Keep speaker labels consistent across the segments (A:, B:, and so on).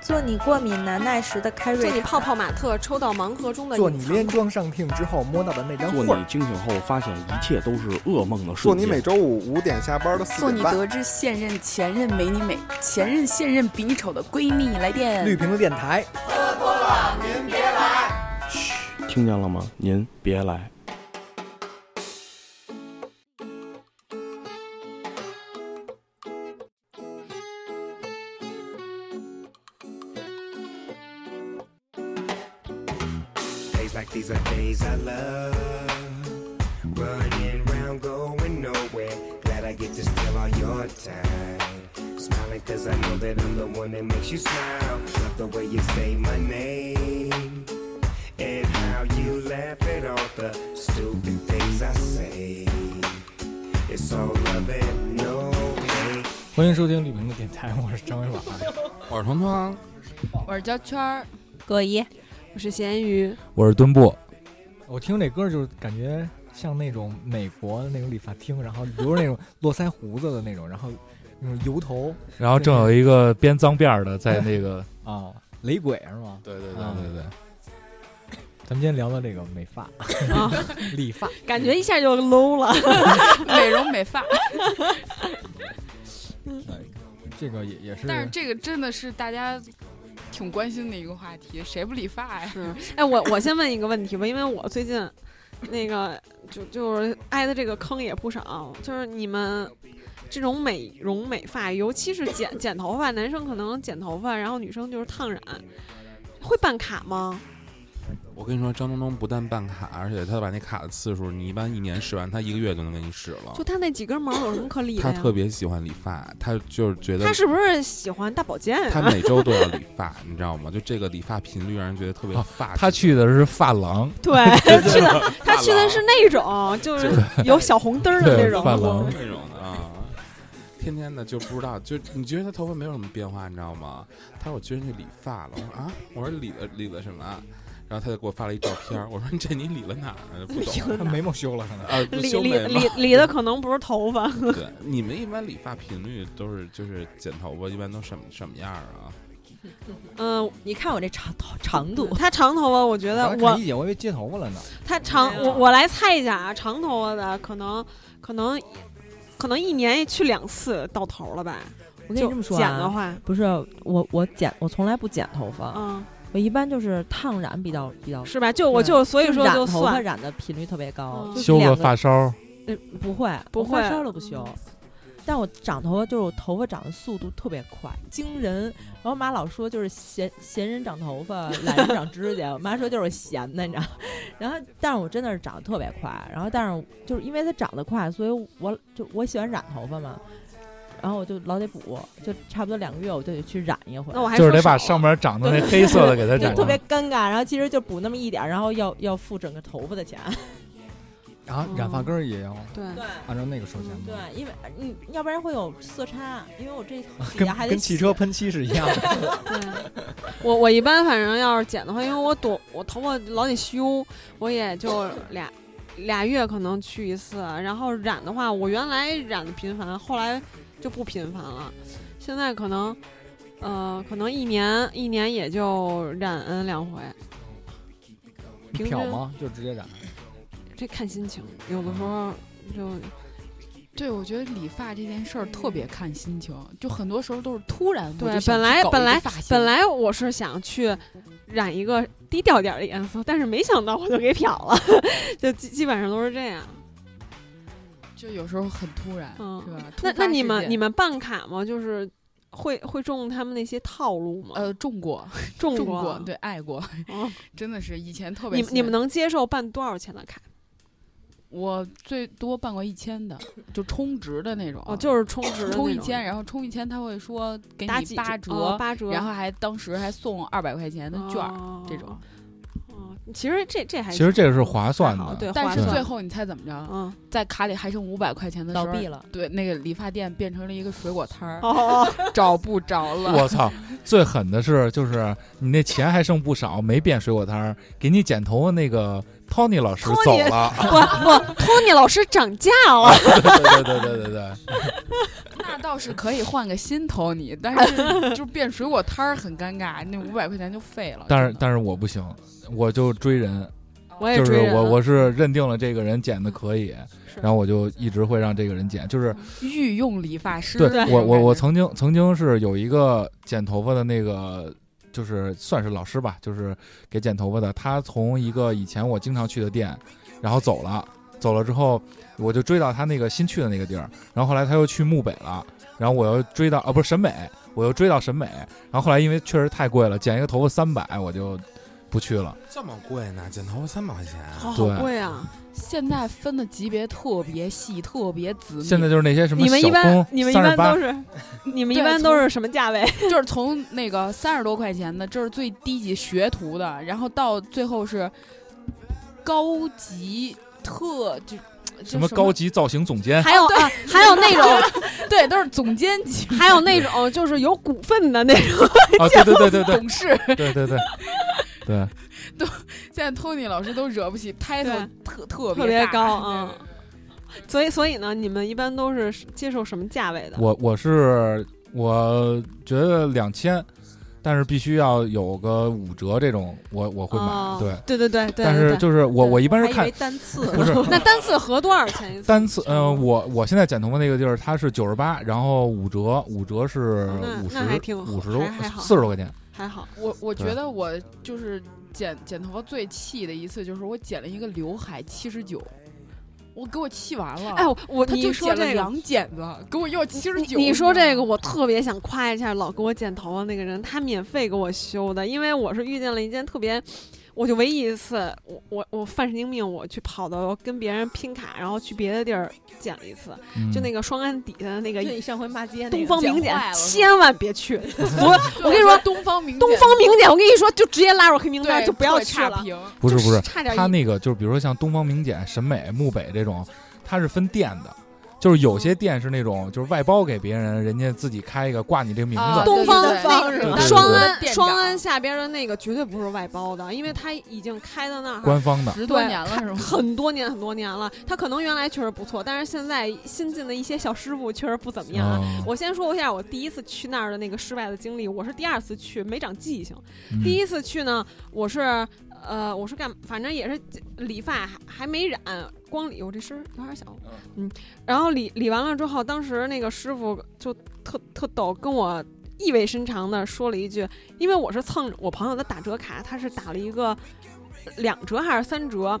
A: 做你过敏难耐时的开
B: 做
A: 瑞
B: 你
A: 塔
B: 泡泡玛特抽到盲盒中的
C: 做
B: 隐
C: 你
B: 藏
C: 连装上听之后摸到的那张
D: 做
C: 画
D: 你
C: 儿，
D: 惊醒后发现一切都是噩梦的
E: 做
D: 瞬
E: 你
D: 间。
E: 每周五五点下班的四
F: 做你
E: 点半。
F: 得知现任、前任没你美，前任、现任比你丑的闺蜜来
C: 绿
F: 电。
C: 屏的电台。
D: 听见了吗？您别来。
G: Days like these are days I love. Running round, going nowhere. Glad I get to steal all your time. Smiling cause I know that I'm the one that makes you smile. Love the way you say my name. And how you laugh at all the stupid things I say. It's all love and no hate.
H: 欢迎收听绿屏的电台，我是张伟婉。
I: 我是彤彤，
F: 我是焦圈 儿，
A: 葛一，
B: 我是咸
C: 嗯
B: 鱼，
I: 我是墩布，
H: 我听这歌就是感觉像那种美国的那种理发厅，然后留 着那种络腮胡子的那种，然后那种油头
I: 然后正有一个编脏辫儿的在那个，
H: 啊，雷鬼是吗？
I: 对对
H: 对对
I: 对，
H: 咱们今天聊聊这个美发，理发。
B: 感觉一下就 low 了。
F: 美容美发。
H: 这个也也是，
J: 但是这个真的是大家挺关心的一个话题，谁不理发呀？
B: 是，哎，我我先问一个问题吧，因为我最近那个就就是挨的这个坑也不少，就是你们这种美容美发，尤其是剪剪头发，男生可能剪头发，然后女生就是烫染，会办卡吗？
I: 我跟你说，张东东不但办卡，而且他把那卡的次数，你一般一年使完，他一个月就能给你使了
B: 就。他那几根毛有什么可理的
I: 他
B: 呀？
I: 特别喜欢理发，他就是觉得
B: 他是不是喜欢大保健呀、
I: 他每周都要理发，你知道吗？就这个理发频率让人觉得特别
H: 啊
I: 发指。
H: 他去的是发廊，
B: 对， 去的他去的是那种，就是有小红灯儿的那种。
H: 对发 廊
I: 那种的啊，天天的就不知道，就你觉得他头发没有什么变化，你知道吗？他说我居然去理发了，我说啊，我说理了理了什么啊？然后他就给我发了一照片儿，我说这你理了哪儿啊？不懂
H: 他眉毛修了可能。
I: 啊，
B: 理
I: 修
B: 理
I: 眉毛
B: 理理的可能不是 头发，
I: 对，你们一般理发频率都是就是剪头发，一般都什么什么样儿啊？
B: 嗯，
K: 你看我这长长度，
B: 他长头发，我觉得
H: 刚才
B: 我
H: 看一姐，我以为接头发了呢。
B: 他长，我我来猜一下啊，长头发的可能可能可能一年去两次到头了吧？
K: 我
B: 我
K: 跟你这么说
B: 剪的
K: 啊，
B: 话，
K: 不是我我剪我从来不剪头发，
B: 嗯，
K: 我一般就是烫染比较比较，
B: 是吧？就我
K: 对
B: 就所以说
K: 染
B: 就
K: 头发
B: 算
K: 染的频率特别高，
B: 嗯
K: 就是
I: 修
K: 两
I: 个
K: 个
I: 发梢，
K: 呃不会
B: 不
K: 我
B: 会
K: 发梢都不修。但我长头发就是我头发长的速度特别快，惊人。然后我妈老说就是闲闲人长头发，懒人长指甲。我妈说就是闲的，你知道。然后，但是我真的是长得特别快。然后，但是就是因为它长得快，所以我就我喜欢染头发嘛。然后我就老得补，就差不多两个月我就得去染一回。
B: 那我还啊
I: 就是
B: 说
I: 得把
B: 少
I: 上面长的那黑色的给它
K: 就
I: 染
K: 特别
I: 上。
K: 尴尬，然后其实就补那么一点儿，然后要要付整个头发的钱。
H: 然后染发根儿也要
B: 对，
H: 按照那个收钱吗？
K: 对，因为你要不然会有色差，啊因为我这底
H: 跟
K: 下还得
H: 跟汽车喷漆是一样 的。
B: 对，我 我一般反正要是剪的话，因为我躲我头发老得修，我也就俩俩月可能去一次。然后染的话，我原来染的频繁，后来就不频繁了。现在可能，呃，可能一年 一年也就染嗯两回，平
H: 漂
B: 均
H: 吗？就直接染。
B: 这看心情，有的时候就
J: 对，我觉得理发这件事儿特别看心情，就很多时候都是突然。
B: 对
J: 我就想
B: 本来
J: 去搞一个
B: 本来
J: 发型
B: 本来我是想去染一个低调点儿的颜色，但是没想到我就给漂了， 就基基本上都是这样。
J: 就有时候很突然，
B: 嗯
J: 是吧？
B: 那
J: 突发
B: 那你
J: 事
B: 们
J: 件
B: 你们办卡吗？就是会会中他们那些套路吗？
J: 呃中过
B: 中
J: 中
B: 过
J: 过，对爱过，
B: 哦
J: 真的是以前特别
B: 你
J: 喜欢。
B: 你们能接受办多少钱的卡？
J: 我最多办过一千的，就充值的那种，
B: 哦，就是充值的
J: 充
B: 那
J: 一
B: 种
J: 千，然后充一千他会说给
B: 打
J: 你
B: 几
J: 八
B: 折，哦八折，
J: 然后还当时还送二百块钱的券儿，
B: 哦
J: 这种。
B: 哦，其实这这还
I: 其实这个是划算
B: 还好
I: 的，
B: 对，
J: 但
B: 划
J: 是
B: 算
J: 最后你猜怎么着？
B: 嗯
J: 在卡里还剩五百块钱的时
K: 倒
J: 候，
K: 闭了。
J: 对，那个理发店变成了一个水果摊儿，
B: 哦哦
J: 找不着了。
I: 我操！ 最狠的是，就是你那钱还剩不少，没变水果摊儿，给你剪头发那个 Tony 老师走了。
B: 哦不不，托尼老师涨价了。
I: 对对对对对对，
J: 那倒是可以换个新头你，但 是就变水果摊儿很尴尬，那五百块钱就废了。
L: 但是但是我不行，我就追人，
B: 我也
L: 就是
B: 追人
L: 我
B: 啊
L: 我是认定了这个人剪的可以，然后我就一直会让这个人剪，就是
J: 御用理发师，
L: 对我我我曾经曾经是有一个剪头发的那个，就是算是老师吧，就是给剪头发的。他从一个以前我经常去的店，然后走了，走了之后，我就追到他那个新去的那个地儿，然后后来他又去木北了，然后我又追到啊不是沈北，我又追到沈北，然后后来因为确实太贵了，剪一个头发三百，我就不去了。
I: 这么贵呢？剪头发三百块钱，
J: 好
L: 对
J: 贵啊！现在分的级别特别细，特别仔密。
L: 现在就是那些什么
B: 你们
L: 小
B: 一般
L: 工
B: 你们一般
L: 38
B: 都是，你们一般都是什么价位？
J: 就是从那个三十多块钱的，这是最低级学徒的，然后到最后是高级特就就
L: 什么高级造型总监，
J: 哦
B: 还有啊，还有那种
J: 对，都是总监级，
B: 还有那种就是有股份的那种
L: 啊对对对 对对
J: 董事
L: 对对对对。
J: 都现在 Tony 老师都惹不起 title 特特
B: 特
J: 别
B: 别
J: 大
B: 高啊。嗯所以所以呢，你们一般都是接受什么价位的？
L: 我我是我觉得两千，但是必须要有个五折这种，我我会买。
B: 哦
L: 对
B: 对对对对
L: 但
B: 对
L: 是
B: 对
L: 就是我我一般是
B: 还以
L: 看
B: 为单次，
L: 不是
B: 那单次合多少钱一次？
L: 单次，嗯、我我现在剪头发那个地儿，它是九十八，然后五折，五折是
B: 哦
J: 那
L: 五
J: 那还
L: 十，
J: 挺合
L: 五十多
J: 还还，好
L: 四十多块钱。
B: 还好。
J: 我我
L: 对
J: 觉得我就是剪剪头发最气的一次，就是我剪了一个刘海七十九。我给我气完了，
B: 哎我我
J: 哦他
B: 你
J: 就
B: 说
J: 剪了
B: 这个
J: 两剪子，给我要七十
B: 你
J: 九。
B: 你说这个，我特别想夸一下老给我剪头发那个人，他免费给我修的，因为我是遇见了一件特别，我就唯一一次，我我我犯神经病，我去跑到跟别人拼卡，然后去别的地儿剪了一次，
K: 嗯
B: 就那个双安底下的那个。
K: 对上回骂街那个
B: 东方明
K: 剪
B: 剪
K: 坏了
B: 千万别 去，我我跟你
J: 我觉
B: 说
J: 得，东方明
B: 东
J: 剪
B: 方明剪，我跟你说，就直接拉入黑名单，
J: 对
B: 就不要
J: 特
B: 去
J: 差
B: 了
J: 评。
L: 不是
B: 就
L: 不是，
B: 差点
L: 它
B: 意
L: 那个就是比如说像东方明剪、审美、木北这种，它是分店的。就是有些店是那种，就是外包给别人，人家自己开一个挂你这名字。
B: 啊东方
K: 对对对
B: 那
K: 对
B: 个
K: 对对对
B: 双
K: 对
B: 安
K: 对对
B: 双安下边的那个绝对不是外包的，因为他已经开到那儿
L: 官方的
B: 对
L: 十
J: 多年了
B: 开
J: 是吗
B: 很多年很多年了。他可能原来确实不错，但是现在新进的一些小师傅确实不怎么样啊
L: 哦。
B: 我先说一下我第一次去那儿的那个失败的经历，我是第二次去没长记性
L: 嗯，
B: 第一次去呢，我是呃我是干反正也是理发还还没染。光理我这声儿有点小，嗯，然后理理完了之后，当时那个师傅就特特逗，跟我意味深长的说了一句，因为我是蹭着我朋友的打折卡，他是打了一个两折还是三折，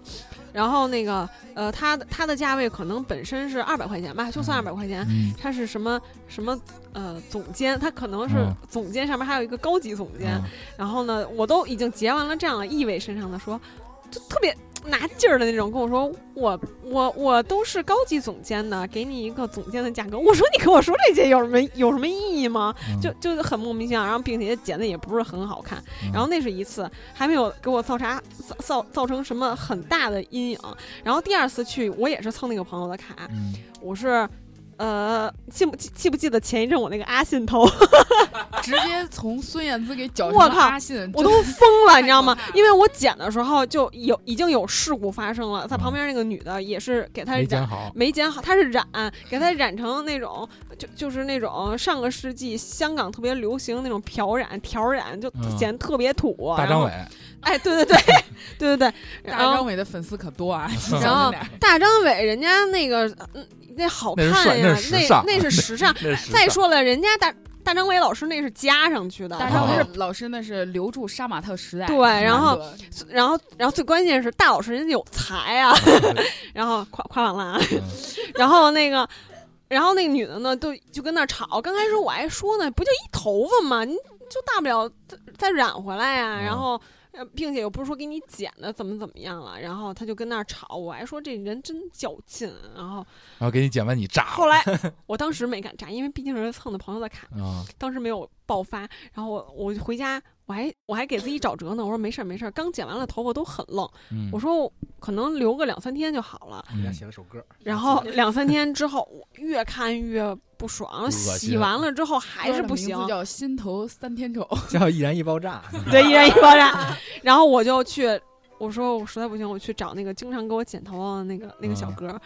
B: 然后那个呃，他的他的价位可能本身是二百块钱吧，就算二百块钱，
L: 嗯
B: 他是什么什么呃总监，他可能是
L: 嗯
B: 总监上面还有一个高级总监，
L: 嗯
B: 然后呢，我都已经结完了账了，意味深长的说，就特别拿劲儿的那种，跟我说我我我都是高级总监的，给你一个总监的价格。我说你跟我说这些有什么有什么意义吗？
L: 嗯
B: 就就很莫名其妙，然后并且剪的也不是很好看。然后那是一次，还没有给我造啥造造造成什么很大的阴影。然后第二次去，我也是蹭那个朋友的卡，
L: 嗯
B: 我是。呃，记不记记不记得前一阵我那个阿信头？
J: 直接从孙燕姿给搅成
B: 我靠
J: 阿信，，
B: 我
J: 真
B: 都疯了，你知道 吗？因为我剪的时候就有已经有事故发生了，在旁边那个女的也是给她
L: 啊没
B: 染
L: 剪好
B: 没剪好，她是染，给她染成那种就就是那种上个世纪香港特别流行那种漂染、条染，就
L: 嗯
B: 显得特别土。
L: 大
B: 然
L: 张
B: 后
L: 伟，
B: 哎，对对对 对对对，
J: 大
B: 然后
J: 张伟的粉丝可多
L: 嗯
J: 啊。
B: 然后大张伟人家那个嗯那好看呀
J: 那是帅那是，时
B: 那
J: 尚
B: 那是时尚
J: 那是时。尚
B: 再说了，人家大大张伟老师那是加上去的，
J: 大张伟老师那是留住杀马特时代，
B: 嗯对，然后，然后，然后最关键是大老师人家有才 啊，
L: 嗯
B: 然后夸夸完了啊，
J: 嗯
B: 然后那个，然后那个女的呢，就就跟那儿吵。刚开始我还说呢，不就一头发吗？你就大不了再再染回来呀、
J: 嗯
B: 然后。呃，并且又不是说给你剪的怎么怎么样了，然后他就跟那儿吵，我还说这人真较劲。然后
L: 然后给你剪完你炸了。
B: 后来我当时没敢扎，因为毕竟是蹭的朋友的卡，
L: 啊，
B: 当时没有爆发，然后我我就回家，我还我还给自己找辙呢。我说没事儿没事儿，刚剪完了头发都很愣，
H: 嗯
B: 我说可能留个两三天就好了。
L: 嗯
H: 人家写了首歌，
B: 然后
H: 嗯
B: 两三天之后，我越看越不爽，
H: 心
B: 洗完了之后还是不行
J: 歌的名字，叫心头三天丑。
H: 叫易燃易爆 炸，
B: 对，一人一爆炸。然后我就去，我说
H: 嗯
L: 嗯
B: 我实在不行，我去找那个经常给我剪头发的那个那个小哥儿，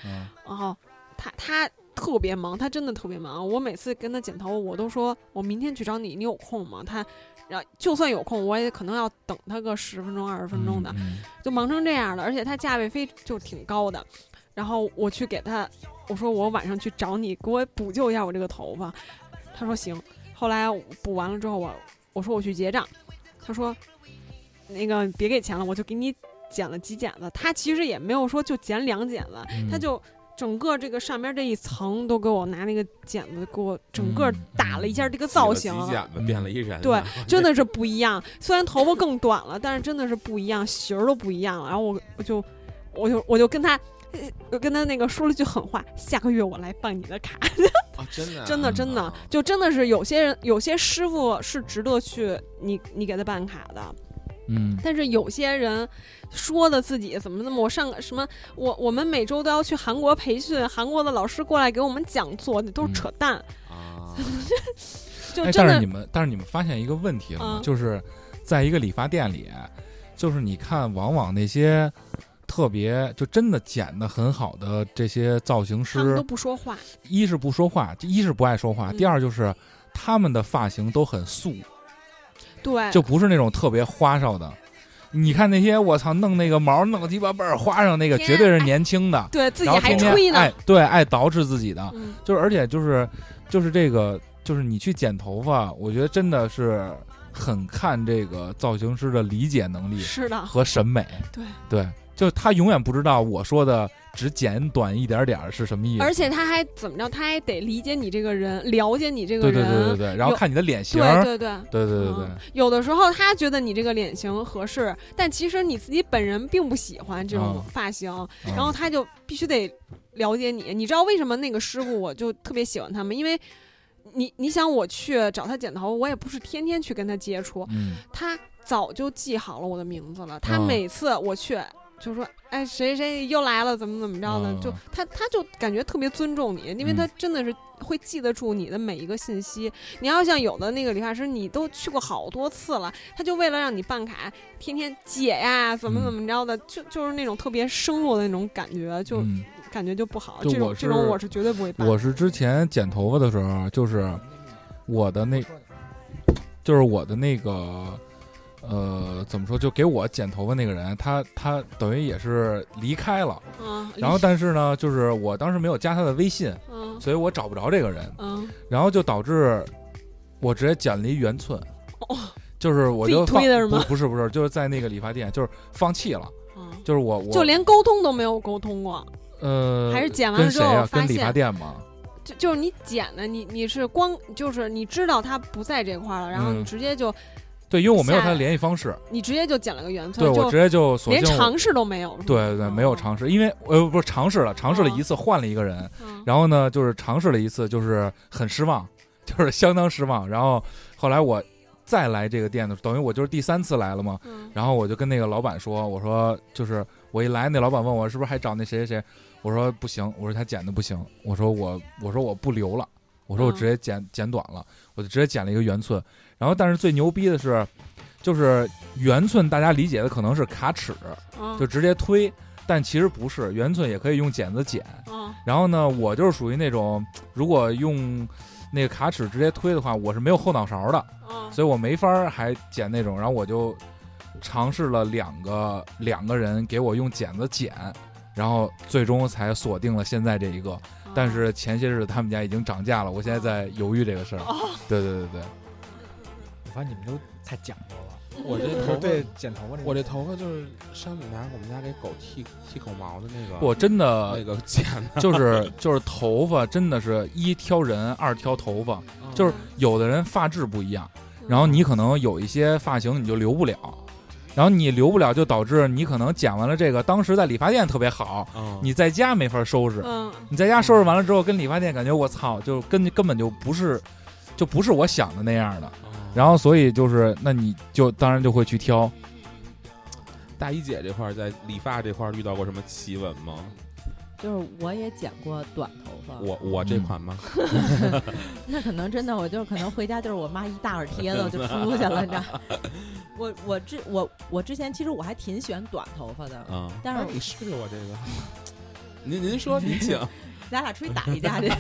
B: 然后他他特别忙，他真的特别忙。我每次跟他剪头发，我都说我明天去找你，你有空吗？他，然后就算有空，我也可能要等他个十分钟、二十分钟
L: 嗯
B: 的，就忙成这样了。而且他价位非就挺高的，然后我去给他，我说我晚上去找你，给我补救一下我这个头发。他说行。后来我补完了之后我，我说我去结账，他说那个别给钱了，我就给你剪了几剪子。他其实也没有说就剪两剪子，
L: 嗯
B: 他就整个这个上边这一层都给我拿那个剪子给我整个打了一下这个造型。啊
I: 几剪子变了一人，
B: 对， 真 的是不一样。虽然头发更短了，但是真的是不一样，型儿都不一样了。然后我我就我就我就跟他。呃我跟他那个说了句狠话，下个月我来办你的卡，
I: 啊，真的啊
B: 真的真的，就真的是有些人有些师傅是值得去你你给他办卡的，
H: 嗯
B: 但是有些人说的自己怎么那么，我上个什么，我我们每周都要去韩国培训，韩国的老师过来给我们讲座，那都是扯淡，
H: 啊。
B: 就
H: 哎，
B: 真
H: 但是
B: 的
H: 你们，但是你们发现一个问题了吗？
B: 嗯
H: 就是在一个理发店里，就是你看，往往那些特别就真的剪的很好的这些造型
B: 他们
H: 师
B: 都，不说话，
H: 一是不说话，一是不爱说话，
B: 嗯
H: 第二就是他们的发型都很素，
B: 对，
H: 就不是那种特别花哨的。你看那些我操弄那个毛弄个鸡巴倍儿花上那个，
B: 天
H: 绝对是年轻的，
B: 对自己
H: 然后哎
B: 还
H: 天天
B: 吹呢
H: 爱对爱捯饬自己的，
B: 嗯
H: 就是而且就是就是这个就是你去剪头发，我觉得真的是很看这个造型师的理解能力，
B: 是的
H: 和审美，
B: 对
H: 对，就是他永远不知道我说的只剪短一点点儿是什么意思，
B: 而且他还怎么着，他还得理解你这个人，了解你这个
H: 对
B: 人，
H: 对对对对，然后
B: 有
H: 看你的脸型
B: 对
H: 儿，
B: 对对嗯
H: 对对对对
B: 有的时候他觉得你这个脸型合适，但其实你自己本人并不喜欢这种
H: 嗯
B: 发型，
H: 嗯
B: 然后他就必须得了解你。你知道为什么那个师傅我就特别喜欢他们？因为你你想我去找他剪头，我也不是天天去跟他接触，
H: 嗯
B: 他早就记好了我的名字了。他
H: 嗯
B: 每次我去。就说，哎，谁谁又来了，怎么怎么着的？
H: 嗯
B: 就他，他就感觉特别尊重你，因为
H: 嗯
B: 他真的是会记得住你的每一个信息。你要像有的那个理发师，你都去过好多次了，他就为了让你办卡，天天解呀，怎么
H: 嗯
B: 怎么着的，就就是那种特别生弱的那种感觉，就、
H: 嗯
B: 感觉就不好。
H: 就
B: 这种
H: 我
B: 这种
H: 是
B: 我是绝对不会办。
H: 我是之前剪头发的时候，啊就是我的那，就是我的那个，呃，怎么说？就给我剪头发那个人，他他等于也是离开了。
B: 嗯
H: 然后，但是呢，就是我当时没有加他的微信，
B: 嗯
H: 所以我找不着这个人，
B: 嗯，
H: 然后就导致我直接剪了一圆寸，
B: 哦
H: 就是我
B: 自己
H: 就放
B: 推的是吗
H: 不不是不是，就是在那个理发店，就是放弃了，
B: 嗯
H: 就是我我
B: 就连沟通都没有沟通过，
H: 呃
B: 还是剪完
H: 跟
B: 了之后
H: 谁呀
B: 我发
H: 跟理发
B: 现
H: 店嘛，
B: 就就是你剪的，你你是光就是你知道他不在这块儿了，然后你
H: 嗯
B: 直接就。
H: 对，因为我没有
B: 下
H: 他的联系方式。
B: 你直接就剪了个圆寸，
H: 对我直接就索
B: 连
H: 性
B: 尝试都哦没有。
H: 对对对，没有尝试，因为呃不是尝试了，尝试了一次，换了一个人，
B: 嗯
H: 然后呢就是尝试了一次，就是很失望， 就是相当失望。然后后来我再来这个店的时候，等于我就是第三次来了嘛，然后我就跟那个老板说，我说就是我一来，那老板问我是不是还找那谁谁谁，我说不行，我说他剪的不行，我说我我说我不留了，我说我
M: 嗯
H: 直接剪剪短了，我就直接剪了一个圆寸。然后但是最牛逼的是，就是圆寸大家理解的可能是卡尺
B: 嗯，
H: 就直接推，但其实不是，圆寸也可以用剪子剪。
B: 嗯
H: 然后呢，我就是属于那种如果用那个卡尺直接推的话，我是没有后脑勺的，
B: 嗯
H: 所以我没法儿还剪那种。然后我就尝试了两个两个人给我用剪子剪，然后最终才锁定了现在这一个。
B: 嗯
H: 但是前些日子他们家已经涨价了，我现在在犹豫这个事儿。对对对对，
N: 我发现你们都太讲究 了。
B: 嗯
I: 我这
L: 嗯
N: 就是
I: 头发
N: 对剪头发这个，
I: 我这头发就是山姆拿我们家给狗剃剃狗毛的那个，
H: 我真的
I: 那个剪的，
H: 就是就是头发真的是一挑人，二挑头发，
N: 嗯
H: 就是有的人发质不一样，
B: 嗯
H: 然
L: 嗯
H: 后你可能有一些发型你就留不了。然后你留不了，就导致你可能剪完了这个，当时在理发店特别好，
I: 嗯
H: 你在家没法收拾。
B: 嗯
H: 你在家收拾完了之后，跟理发店感觉我操，就根根本就不是，就不是我想的那样的。
I: 嗯
H: 然后所以就是，那你就当然就会去挑，
I: 大衣姐这块儿在理发这块儿遇到过什么奇闻吗？
J: 就是我也剪过短头发，
I: 我我这款 吗？
J: 那可能真的，我就可能回家就是我妈一大耳贴子，我就出去了，你知道。我我之我我之前其实我还挺喜欢短头发的，
I: 啊，
J: 但
I: 哎
J: 是
I: 你试试我这个，您您说您请，
L: 咱俩出去打一架去。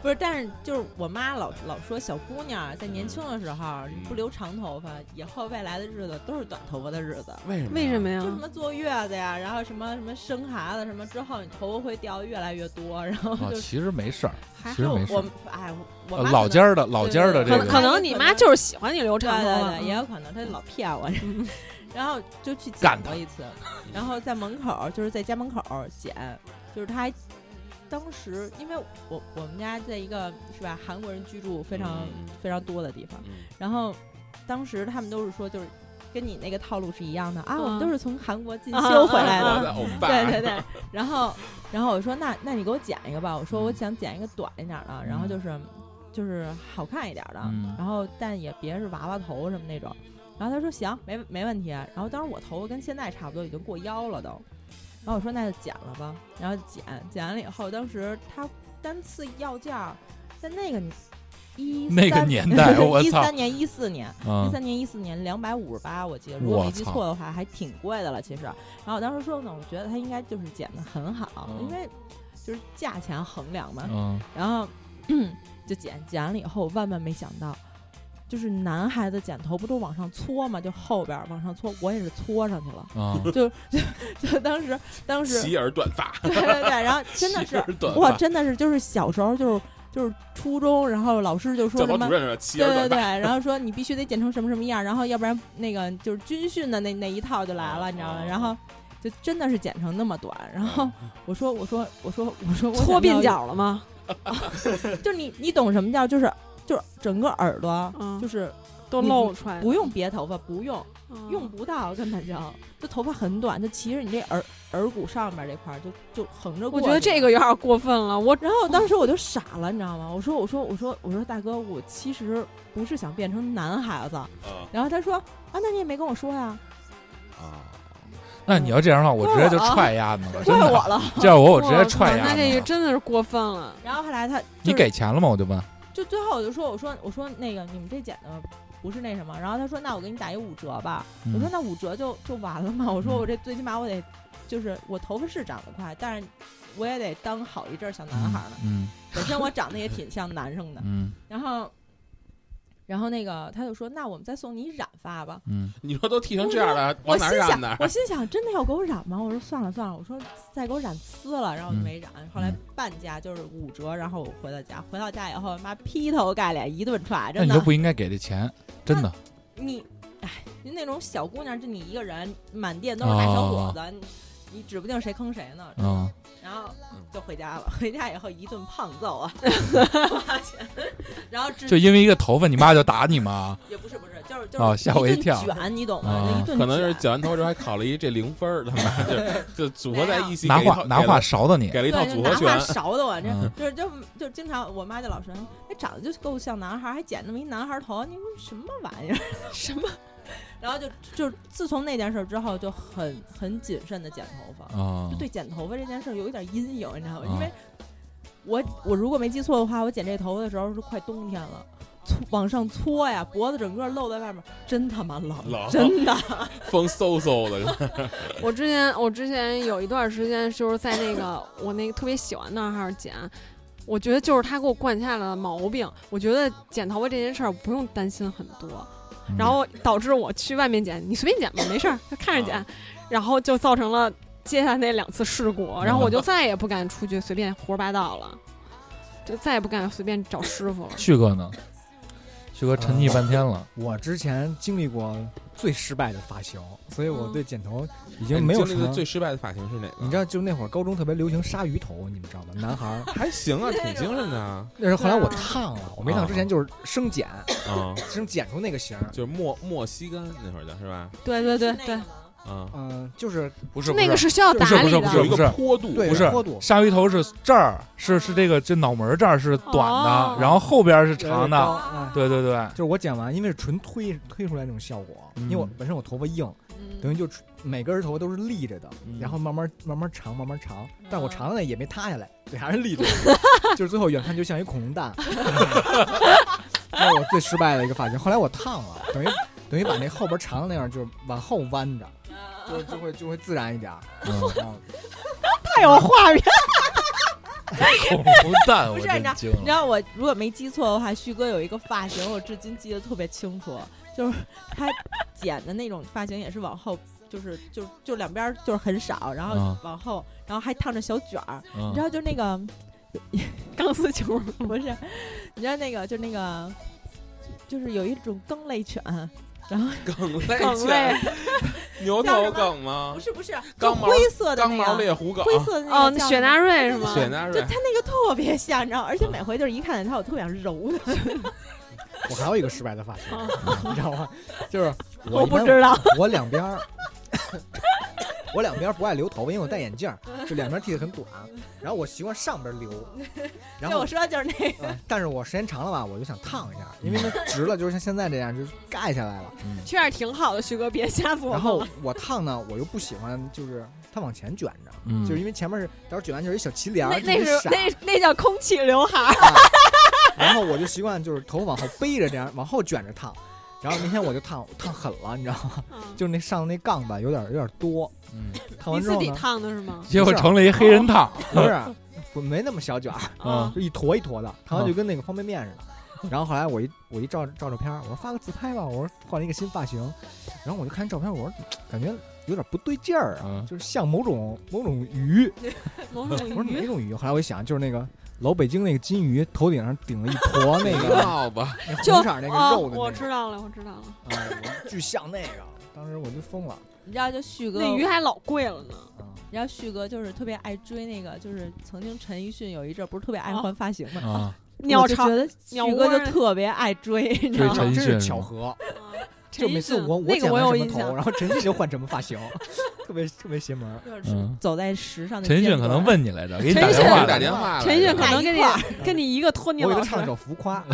L: 不是，但是就是我妈老老说小姑娘在年轻的时候
I: 嗯
L: 不留长头发，以后未来的日子都是短头发的日子。
I: 为什么呀
B: 为什么呀
L: 就什么坐月子呀，然后什么什么生孩子什么之后，你头发会掉越来越多，然后
K: 啊，
L: 就
K: 其实没事儿，
L: 还
K: 其实
L: 好
K: 没事
L: 我
K: 儿。
L: 哎，
H: 啊
L: 我
K: 呃
L: 妈
K: 老
L: 可能
K: 尖儿的老尖儿的
L: 对
K: 这
L: 对对
K: 个
B: 可能你妈就是喜欢你留
L: 对
B: 长头发
L: 对对，也有可能她老骗我，然后就去
K: 干
L: 剪
K: 她
L: 过一次，然后在门口就是在家门口剪，就是她还当时因为我我们家在一个是吧韩国人居住非常、
I: 嗯
L: 非常多的地方，然后当时他们都是说就是。跟你那个套路是一样的啊，我们都是从韩国进修回来
I: 啊啊啊
L: 的
I: 啊，欧巴
L: 对对对。然后，然后我说那那你给我剪一个吧，我说
K: 嗯
L: 我想剪一个短一点的，然后就是就是好看一点的，
K: 嗯
L: 然后但也别是娃娃头什么那种。然后他说行，没没问题。然后当时我头发跟现在差不多，已经过腰了都。然后我说那就剪了吧，然后剪剪完了以后，当时他单次要价在那个一
K: 那个年 代我
L: 一
K: 操
L: 三年一四年
K: 嗯
L: 一三年一四年两百五十八，我记得如果
K: 我
L: 没记
K: 操
L: 错的话还挺贵的了。其实，然后我当时说呢，我觉得他应该就是剪的很好，
K: 嗯
L: 因为就是价钱衡量嘛。
K: 嗯
L: 然后 就剪剪完了以后，我万万没想到，就是男孩子剪头不都往上搓嘛，就后边儿往上搓，我也是搓上去了，
K: 啊
L: 就就就当时当时
I: 齐耳短发，
L: 对对对，然后真的
I: 齐
L: 是
I: 耳短发
L: 哇，真的是就是小时候就是就是初中，然后老师就说
I: 教导
L: 什么
I: 主任是吧齐
L: 对
I: 耳
L: 对
I: 短
L: 对，
I: 发
L: 然后说你必须得剪成什么什么样，然后要不然那个就是军训的那那一套就来了，你知道
I: 哦
L: 吗？然后。就真的是剪成那么短，然后
I: 嗯
L: 我说我说我说我说我想
B: 搓鬓
L: 要
B: 角了吗？
L: 就你你懂什么叫就是就是整个耳朵、啊就是
B: 嗯都
L: 你
B: 露出来嗯
L: 不用别头发，不用、用不到，根本就就头发很短，就骑着你这耳耳骨上面这块儿就就横着过
B: 我
L: 去。
B: 觉得这个有点过分了。我
L: 然后当时我就傻了，你知道吗？我说我说我说我说大哥，我其实不是想变成男孩子。
K: 嗯
L: 然后他说啊，那你也没跟我说呀。
I: 啊
K: 那你要这样的话，我直接就踹丫 子了，真的。
L: 啊
K: 啊
L: 我了
K: 这样我我直接
B: 哇
K: 踹
B: 那
K: 丫子
B: 这个
K: 了。
B: 真的是过分了。
L: 然后后来他
K: 你给钱了吗？我就问。
L: 就最后我就说我说我说那个你们这剪的不是那什么，然后他说那我给你打一五折吧，
K: 嗯
L: 我说那五折就就完了嘛，我说我这最起码我得就是我头发是长得快，但是我也得当好一阵儿小男孩呢，
K: 嗯
L: 本身我长得也挺像男生的，
K: 嗯
L: 然后然后那个他就说那我们再送你染发吧，
K: 嗯，
I: 你说都剃成这样了，
L: 我
I: 往哪
L: 心
I: 儿染哪
L: 想，
I: 儿？
L: 我心想真的要给我染吗？我说算了算了，我说再给我染呲了，然后我就
I: 嗯
L: 没染。后来半价就是五折，然后我回到家，回到家以后，妈劈头盖脸一顿踹，
K: 那
L: 真
K: 你
L: 的。
K: 就不应该给这钱，真的。
L: 你，哎，就那种小姑娘，就你一个人，满店都是大小
K: 哦
L: 伙子，你你指不定谁坑谁呢。
K: 啊
L: 然后就回家了，回家以后一顿胖 揍啊，然后直
K: 就因为一个头发，你妈就打你 吗？
L: 也不是不是，就是就是
K: 哦，吓我一跳。
L: 顿卷，你懂吗？就
K: 啊
L: 一顿
I: 可能是剪完头之后还考了一这零分儿，他妈 就就组合在一起，
K: 拿
I: 给一
K: 话
I: 套
K: 拿话勺的你，
I: 给了一套
L: 对，就
I: 组
L: 拿
I: 合
L: 话
I: 拳，
L: 勺的我这
K: 嗯，
L: 就是就就经常我妈就老说，哎，长得就够像男孩儿，还剪那么一男孩儿头，你什么玩意儿， 什么？然后就就自从那件事儿之后，就很很谨慎的剪头发，
K: 哦
L: 就对剪头发这件事儿有一点阴影，你知道吗？
K: 哦
L: 因为我我如果没记错的话，我剪这头发的时候是快冬天了。搓往上搓呀，脖子整个露在外面，真他妈冷，
I: 冷
L: 真 的。
I: 风嗖嗖的，
B: 我之前我之前有一段时间就是在那个我那个特别喜欢那儿剪，我觉得就是他给我惯下了毛病，我觉得剪头发这件事儿不用担心很多，
K: 嗯
B: 然后导致我去外面剪，你随便剪吧，没事儿，就看着剪，然后就造成了接下来那两次事故，然后我就再也不敢出去随便胡说八道了，就再也不敢随便找师傅了。
K: 旭哥呢？旭哥沉溺半天了。
H: 我之前经历过最失败的发型，所以我对剪头已经
I: 哎你
H: 没有
I: 经
H: 什
I: 历
H: 么
I: 的最失败的发型是哪个？
H: 你知道，就那会儿高中特别流行鲨鱼头，你们知道吗？男孩 儿
I: 还行啊，挺精神的啊。
H: 那是后来我烫了，我没烫之前就是生剪，
I: 啊，
H: 生剪出那个型儿。
I: 就是莫莫西干那会儿的是吧？
B: 对对对对，
I: 啊，
H: 嗯，就是
K: 不是
B: 那个是需要打理的
K: 不是不是不是
H: 对
K: 不是
H: 坡度。
K: 鲨鱼头是这儿是是这个这脑门儿这儿是短
H: 哦
K: 的，然后后边儿是长
H: 有点
K: 的
H: 高
L: 啊
H: 嗯，
K: 对对对，
H: 就是我剪完，因为是纯推推出来那种效果，因为我本身我头发硬，
K: 嗯
H: 等于就每根儿头发都是立着的，然后慢慢慢慢长，慢慢长，
K: 嗯
H: 但我长的呢也没塌下来，对，还是立着 的，就是最后远看就像一恐龙蛋。 那是我最失败的一个发型。后来我烫了，等于等于把那后边长的那样就是往后弯着，
K: 啊
H: 就就会就会自然一点儿。
K: 嗯
H: 然后
L: 太有画面。 恐龙蛋，
K: 不
L: 我
K: 是你
L: 真
K: 知道，
L: 惊
K: 你知
L: 了。
K: 道我如果没记错的话，旭哥有一个发型，我至今记得特别清楚，就是他剪的那种发型也是往后，就是就就两边儿就是很少，然后
L: 嗯
K: 往后，然后还烫着小卷儿，
L: 嗯
K: 你知道就是那个
B: 钢丝球
K: 不是，你知道那个就是那个就是有一种梗类犬，然后
I: 梗 类
K: 梗
I: 犬
K: 类
I: 牛头梗吗？
K: 不是不是，就
I: 刚毛
K: 灰色的
I: 刚
K: 那
I: 毛
K: 个
I: 猎虎梗，
K: 灰色的那个
B: 哦，那
K: 叫
B: 雪
K: 什
B: 纳
K: 么
B: 瑞是吗？
I: 雪纳
K: 就
I: 瑞
K: 他，那个特别像，你知道，而且每回就是一看见他，我特别想揉他。
H: 我还有一个失败的发型，你知道吗？就是
K: 哦 我
H: 我一般
K: 不知道，
H: 我两边儿，我两边儿不爱留头发，因为我戴眼镜儿，就两边儿剃得很 短，然后我习惯上边儿留，
K: 对
H: 然后
K: 我说的就是那个，
H: 嗯但是我时间长了吧，我就想烫一下，因为它直了，就是像现在这样，就是盖下 来了。
B: 这样挺好的，徐哥，别吓死我
H: 然后
B: 了。
H: 我烫呢，我又不喜欢，就是它往前卷着，
L: 嗯
H: 就是因为前面是，到时候卷完就是一小齐帘儿，
B: 那
H: 特
B: 那
H: 别
B: 是
H: 傻
B: 那那叫空气刘海，
H: 然后我就习惯就是头发往后背着这样往后卷着烫，然后那天我就烫烫狠了，你知道吗？就是那上那杠吧有点有点多，
L: 嗯，
H: 烫
B: 你
H: 完之
B: 自
H: 后
B: 己
H: 呢，
B: 烫的是 吗？
L: 结果成了一黑人烫，
H: 不是
B: 嗯
H: 不没那么小卷儿，
B: 啊，
H: 就一坨一坨的，烫完就跟那个方便面似的。
B: 嗯
H: 然后后来我一我一照照照片儿，我说发个自拍吧，我说换了一个新发型，然后我就看照片，我说感觉有点不对劲儿啊
L: 嗯，
H: 就是像某种某种鱼，
B: 某
H: 我
B: 种
H: 说哪
B: 鱼
H: 种鱼？后来我一想，就是那个老北京那个金鱼头顶上顶了一 坨那个
I: 闹吧，
H: 那
B: 就
H: 红色儿那个
B: 啊
H: 肉的
B: 我
H: 那个
B: 知道了，我知道了，
H: 啊，巨像那个，当时我就疯了。
K: 你知道就旭哥，
B: 那鱼还老贵了呢。
H: 啊
K: 你知道旭哥就是特别爱追那个，就是曾经陈奕迅有一阵儿不是特别爱
B: 啊
K: 换发型吗？
L: 啊，
B: 鸟
K: 我就
B: 巢
K: 觉得
B: 鸟
K: 旭哥
B: 窝
K: 就
B: 儿
K: 特别爱追，你知
L: 追
K: 道吗？
L: 陈
H: 真
L: 奕
H: 是
L: 迅
H: 巧合，
B: 啊陈
H: 就
B: 奕
H: 每次
B: 迅
H: 我我
B: 那
H: 剪
B: 个我
H: 完
B: 有
H: 什么
B: 印
H: 头，
B: 象
H: 然，后陈奕迅就换什么发型， 特别特别邪门儿。
K: 就是
L: 嗯
K: 走在时尚的
L: 陈奕
K: 尖
L: 迅可能
K: 端，
L: 问你来着，给你
B: 陈
L: 打
B: 奕迅
L: 电话
I: 打
L: 来着
I: 电
H: 啊
I: 话来着
B: 陈奕迅可能
K: 俩一
B: 跟你
K: 块儿
B: 跟你一个托尼
H: 我给他
B: 老师
H: 唱了首《浮夸》，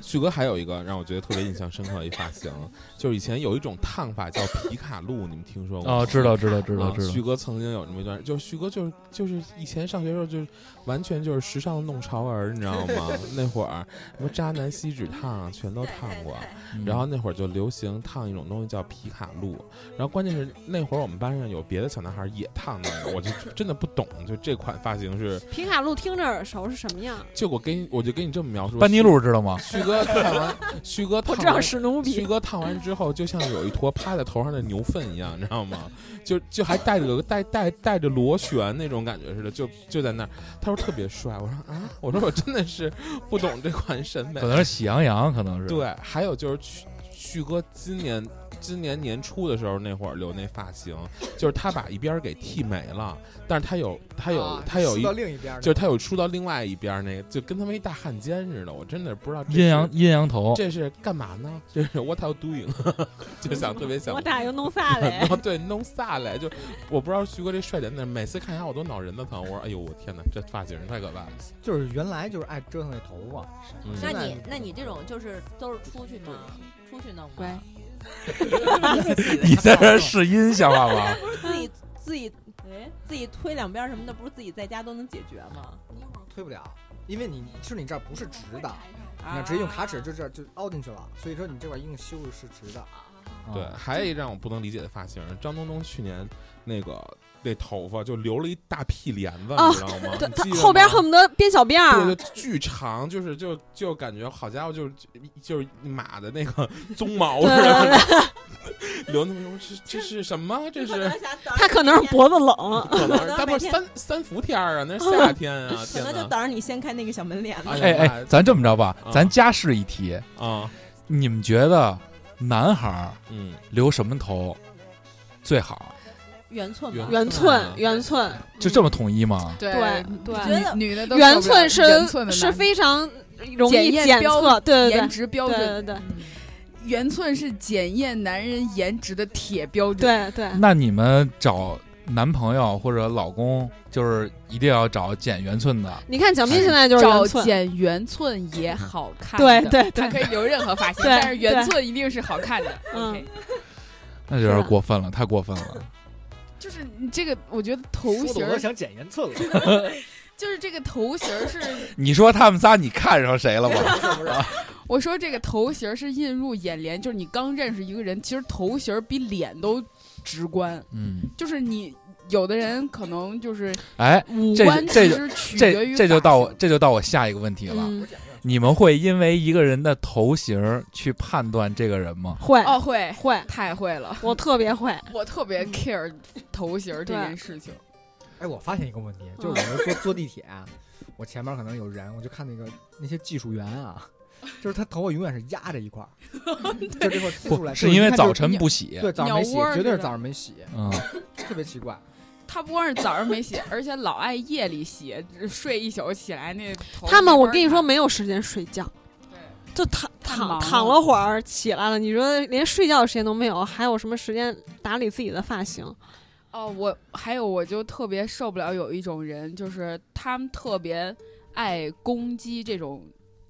I: 旭哥还有一个让我觉得特别印象深刻的一发型， 就是以前有一种烫发叫皮卡路，你们听说过吗？
L: 哦，知道知道知道
I: 啊
L: 知
I: 旭
L: 道，
I: 哥曾经有那么一段，就是旭哥就是就是以前上学的时候就是完全就是时尚弄潮儿，你知 道吗？那会儿什么渣男锡纸烫啊，全都烫过。
L: 嗯
I: 然后那会儿就流行烫一种东西叫皮卡路，然后关键是那会儿我们班上有别的小男孩也烫那个，我就真的不懂，就这款发型是，
B: 皮卡路听着耳熟是什么样？
I: 就我跟我就跟你这么描述，
L: 班尼路知道吗？
I: 旭哥烫完， 旭哥
B: 我
I: 烫
B: 知
I: 完
B: 道史努
I: 旭
B: 比，
I: 哥烫完之后，就像有一坨趴在头上的牛粪一样，你知道吗？就就还带着有个带带带着螺旋那种感觉似的，就就在那儿。他说特别帅，我说啊，我说我真的是不懂这款审美
L: 可。能是喜羊羊，可能是，
I: 对，还有就是旭旭哥今年今年年初的时候那会儿留那发型，就是他把一边儿给剃没了，但是他有他有、他有
H: 啊梳
I: 一
H: 到。另一边儿
I: 就是他有梳到另外一边儿那个，就跟他们一大汉奸似的，我真的不知道这
L: 阴阳
I: 是
L: 阴阳头，
I: 这是干嘛呢？ 这是 What are you doing？就 想特别想
B: 我，打又弄啥嘞
I: 然？后 对弄啥来？就我不知道徐哥这帅点在哪，每次看他我都脑仁子疼。我说哎呦我天哪，这发型太可怕了。
H: 就是原来就是爱折腾那头发，
I: 嗯
H: 那
K: 那
H: 你
K: 你那你这种就是都是出去弄，出去弄
B: 乖
K: 吗？
L: 你在这儿试音像 话吗？
K: 不是自己自己哎自己推两边儿什么的，不是自己在家都能解决吗？
H: 推不了，因为你是你这儿不是直的，你
K: 啊
H: 要直接用卡尺就这儿就凹进去了，所以说你这块儿用修是直的。啊
L: 嗯
I: 对，还有一让我不能理解的发型，张东东去年那个那头发就留了一大屁帘子，
B: 啊
I: 你知道吗？
B: 对
I: 你
B: 他
I: 记得
B: 后边
I: 吗
B: 恨不得编小辫
I: 对，
B: 儿，
I: 就巨长，就是就就感觉好家伙，就是就是马的那个鬃毛似
B: 对对对
I: 的， 留那么多，这这是什么？ 这是
B: 他可能是脖子冷，
I: 可能是，
K: 能
I: 那不
K: 每
I: 是
K: 天
I: 三三伏天儿啊，那是夏天啊，
K: 可
I: 天
K: 能就
I: 哪！
K: 等着你先开那个小门脸吧。
L: 哎哎，咱这么着吧，
I: 啊
L: 咱家事一提，
I: 啊，
L: 你们觉得男孩儿
I: 嗯，
L: 留什么头最好？
K: 圆寸
I: 圆
K: 吧，
B: 圆
I: 啊嗯
B: 寸圆寸，
L: 就这么统一吗？
J: 对
B: 对
K: 觉
B: 对，
K: 得
J: 女的都
B: 圆
J: 受不了
B: 寸是
J: 圆寸的
B: 是
J: 男的
B: 非常容易
J: 检验
B: 检
J: 标
B: 测，对对对
J: 颜值标
B: 对
J: 准，嗯
B: 对对
J: 圆寸是检验男人颜值的铁标准。
B: 对对，
L: 那你们找男朋友或者老公，就是一定要找剪圆寸的。
B: 你看蒋斌现在就是圆
J: 找
B: 寸，
J: 剪圆寸也好看的，
B: 对对
J: 它
B: 对，
J: 可以留任何发型，
B: 对嗯
J: 但是圆寸一定是好看的。
B: 对
J: OK，
L: 那有点过分了，太过分了。
J: 就是你这个，我觉得头
H: 说
J: 型
H: 的
J: 儿
H: 我都想剪圆寸了，
J: 就是这个头型儿是，
L: 你说他们仨，你看上谁了吧？
H: 是不是？
J: 我说这个头型儿是映入眼帘，就是你刚认识一个人，其实头型儿比脸都直观，
L: 嗯，
J: 就是你有的人可能就是
L: 哎
J: 五，
L: 这
J: 官
L: 这
J: 其
L: 就
J: 实取决
L: 这
J: 于
L: 这
J: 发
L: 就到我这就到我下一个问题了。
J: 嗯
L: 你们会因为一个人的头型去判断这个人吗？
B: 会
J: 哦会
B: 会
J: 太会了，嗯
B: 我特别会，
J: 我特别 care 头型儿这
B: 对
J: 件事情。
H: 哎，我发现一个问题，就是我们坐坐地铁啊，我前面可能有人，我就看那个那些技术员啊，就是他头发永远是压着一块儿，就这块儿凸出来，就
L: 不
H: 是
L: 因为
H: 一看就是
L: 早晨不洗
H: 对，早上没洗
J: 鸟窝儿，
H: 绝对是
J: 似的
H: 早上没洗，
L: 嗯，
H: 特别奇怪。
J: 他不光是早上没洗，而且老爱夜里洗，睡一宿起来那头
B: 他们
J: 没
B: 我
J: 法
B: 跟你说没有时间睡觉，就躺
J: 太
B: 躺
J: 忙了
B: 躺了会儿起来了，你说连睡觉的时间都没有，还有什么时间打理自己的发型？
J: 哦，我还有我就特别受不了有一种人，就是他们特别爱攻击这种，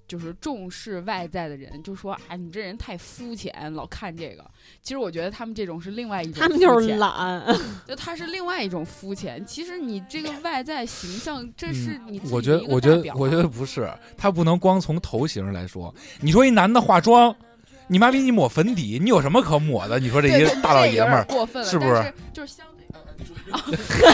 J: 就是重视外在的人，就说啊你这人太肤浅，老看这个。其实我觉得他们这种是另外一种肤
B: 他
J: 浅，
B: 们就是懒
J: 就他是另外一种肤浅。其实你这个外在形象，这是 你自己
L: 嗯我觉
J: 的
L: 得
J: 一，个
L: 我觉
J: 代
L: 得，
J: 表啊
L: 我觉得不是，他不能光从头型来说。你说一男的化妆，你妈逼你抹粉底，你有什么可抹的？你说这
J: 对
L: 一
J: 对
L: 大老
J: 这有
L: 爷们儿
J: 点过分了，
L: 是不
J: 但
L: 是
J: 是？就是相对， 呃你说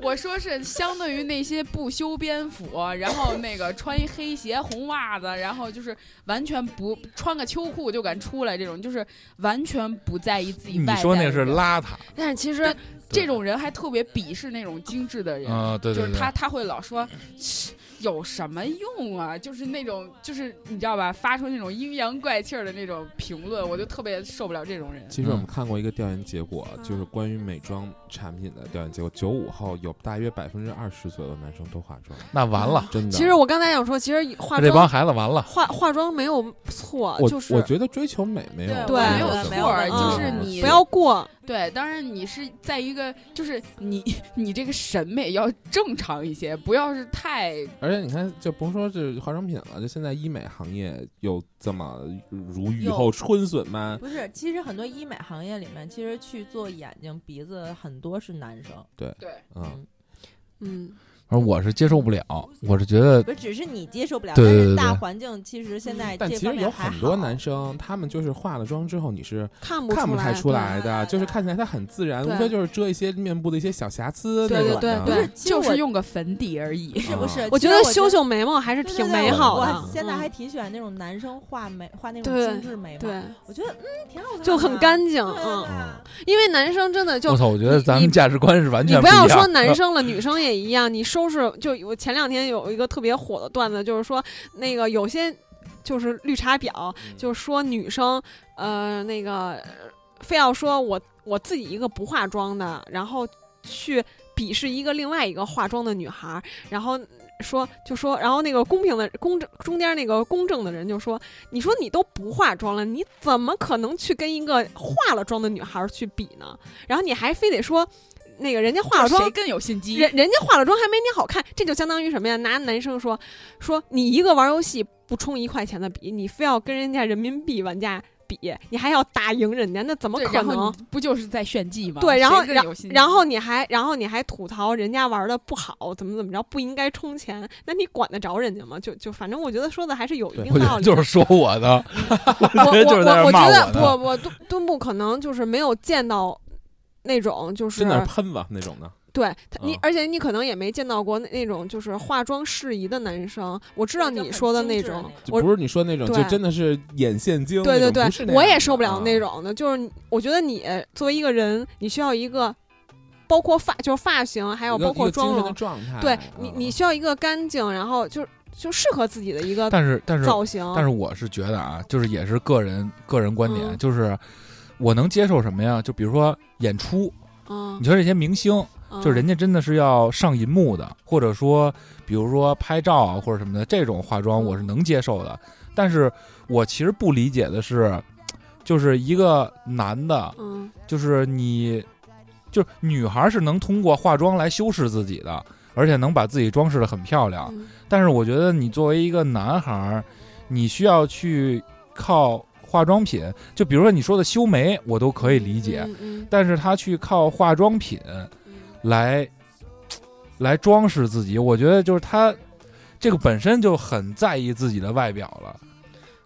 J: 我说是相对于那些不修边幅，然后那个穿一黑鞋、红袜子，然后就是完全不穿个秋裤就敢出来这种，就是完全不在意自己
L: 你
J: 外
L: 说
J: 在
L: 那
J: 的
L: 是
J: 人
L: 邋遢，
J: 但是其实这种人还特别鄙视那种精致的人，
L: 啊对对
J: 就
L: 对
J: 是他他会老说。有什么用啊？就是那种，就是你知道吧，发出那种阴阳怪气儿的那种评论，我就特别受不了这种人。
I: 其实我们看过一个调研结果，就是关于美妆产品的调研结果，九五后有大约百分之二十左右的男生都化妆。
L: 那完了
I: 真的。
B: 其实我刚才想说，其实化
J: 嗯
B: 妆
L: 那这帮孩子完了。
B: 化化妆没有错，
I: 我
B: 就是
I: 我觉得追求美没有
J: 对没有
I: 什么
J: 错儿，
I: 嗯
J: 就是你
B: 不要过。
J: 对，当然你是在一个，就是你你这个审美要正常一些，不要是太
I: 而且你看，就甭说是化妆品了，就现在医美行业有这么如雨后春笋
B: 嗯
I: 般
K: 不，是，其实很多医美行业里面，其实去做眼睛、鼻子很多是男生。
I: 对
J: 对，
I: 嗯
B: 嗯，
L: 而我是接受不了，我是觉得
K: 不是，只是你接受不了，
L: 对
K: 但
L: 对
K: 是
L: 对
K: 大
L: 对
K: 环境其实现在
I: 但
K: 这
I: 其
K: 方
I: 实有
K: 面还
I: 很
K: 好。
I: 多男生，他们就是化了妆之后，你是
B: 看
I: 不
B: 不出来
I: 太出来的，就是看起来他很自然，
B: 对
I: 无非就是遮一些面部的一些小瑕疵那
B: 对
I: 种
B: 对
I: 的。
B: 对对，
J: 就是用个粉底而已。
I: 是不是
B: 我
K: 其
B: 觉
K: 实
B: 得
K: 我觉
B: 修
K: 得
B: 修眉毛还是
K: 对
B: 挺
K: 对
B: 美
K: 我
B: 好
K: 我
B: 的。嗯
K: 现在还挺喜欢那种男生画眉，画那种
B: 对
K: 精致眉毛。
B: 对
K: 我觉得嗯挺好看的，
B: 就很干净，
K: 对
B: 嗯，因为男生真的就
L: 我操，我觉得咱们价值观是完
B: 你
L: 全
B: 不
L: 一样。
B: 要说 男生了，女生也一样。你收拾就我前两天有一个特别火的段子，就是说那个有些就是绿茶婊，就说女生呃那个呃非要说我我自己一个不化妆的，然后去鄙视一个另外一个化妆的女孩儿，然后。说就说，然后那个公平的公正中间那个公正的人就说：“你说你都不化妆了，你怎么可能去跟一个化了妆的女孩儿去比呢？然后你还非得说那个人家化了妆
J: 谁更有心机？
B: 人人家化了妆还没你好看，这就相当于什么呀？拿男生说说你一个玩游戏不充一块钱的比，你非要跟人家人民币玩家比，你还要打赢人家，那怎么
J: 对
B: 可
J: 然后
B: 能
J: 你？不就是在炫技吗？
B: 对，然后
J: 谁更
B: 然
J: 有心机
B: 然后你还然后你还吐槽人家玩的不好，怎么怎么着，不应该充钱，那你管得着人家吗？就就反正我觉得说的还是有一定
L: 我觉
B: 道
L: 得
B: 理。
L: 就是说我的，
B: 我
L: 我觉 得就是
B: 我
L: 在这
B: 我
L: 骂
B: 觉
L: 我
B: 得我
L: 呢。
B: 我敦敦布可能就是没有见到那种就是
I: 真的是喷子那种的。
B: 对他你
I: 嗯，
B: 而且你可能也没见到过那那种就是化妆适宜的男生。我知道你说的那种，
I: 就
B: 我
I: 不是你说那种，
B: 对
I: 就真的是眼线精
B: 对
I: 那种，
B: 对
I: 不是那
B: 对，我
I: 样的
B: 也受不了那
I: 啊
B: 种的。就是你我觉得你作为一个人，你需要一个包括发就是发型，还有
I: 一个
B: 包括
I: 一个精
B: 妆
I: 神
B: 容
I: 的，状
L: 哎
I: 态。啊
B: 对
L: 嗯
B: 你你需要一个干净，然后就就适合自己的一个
L: 但是但是
B: 呃造型，
L: 但是我是觉得啊，就是也是个人个人观点，
B: 嗯
L: 就是我能接受什么呀？就比如说演出，
B: 嗯
L: 你说这些明星，
B: 嗯
L: 就是人家真的是要上银幕的，或者说比如说拍照啊或者什么的，这种化妆
B: 嗯
L: 我是能接受的。但是我其实不理解的是，就是一个男的，
B: 嗯
L: 就是你，就是女孩是能通过化妆来修饰自己的，而且能把自己装饰的很漂亮。
B: 嗯
L: 但是我觉得你作为一个男孩儿，你需要去靠化妆品，就比如说你说的修眉，我都可以
B: 嗯
L: 理解，但是他去靠化妆品来来装饰自己，我觉得就是他这个本身就很在意自己的外表了。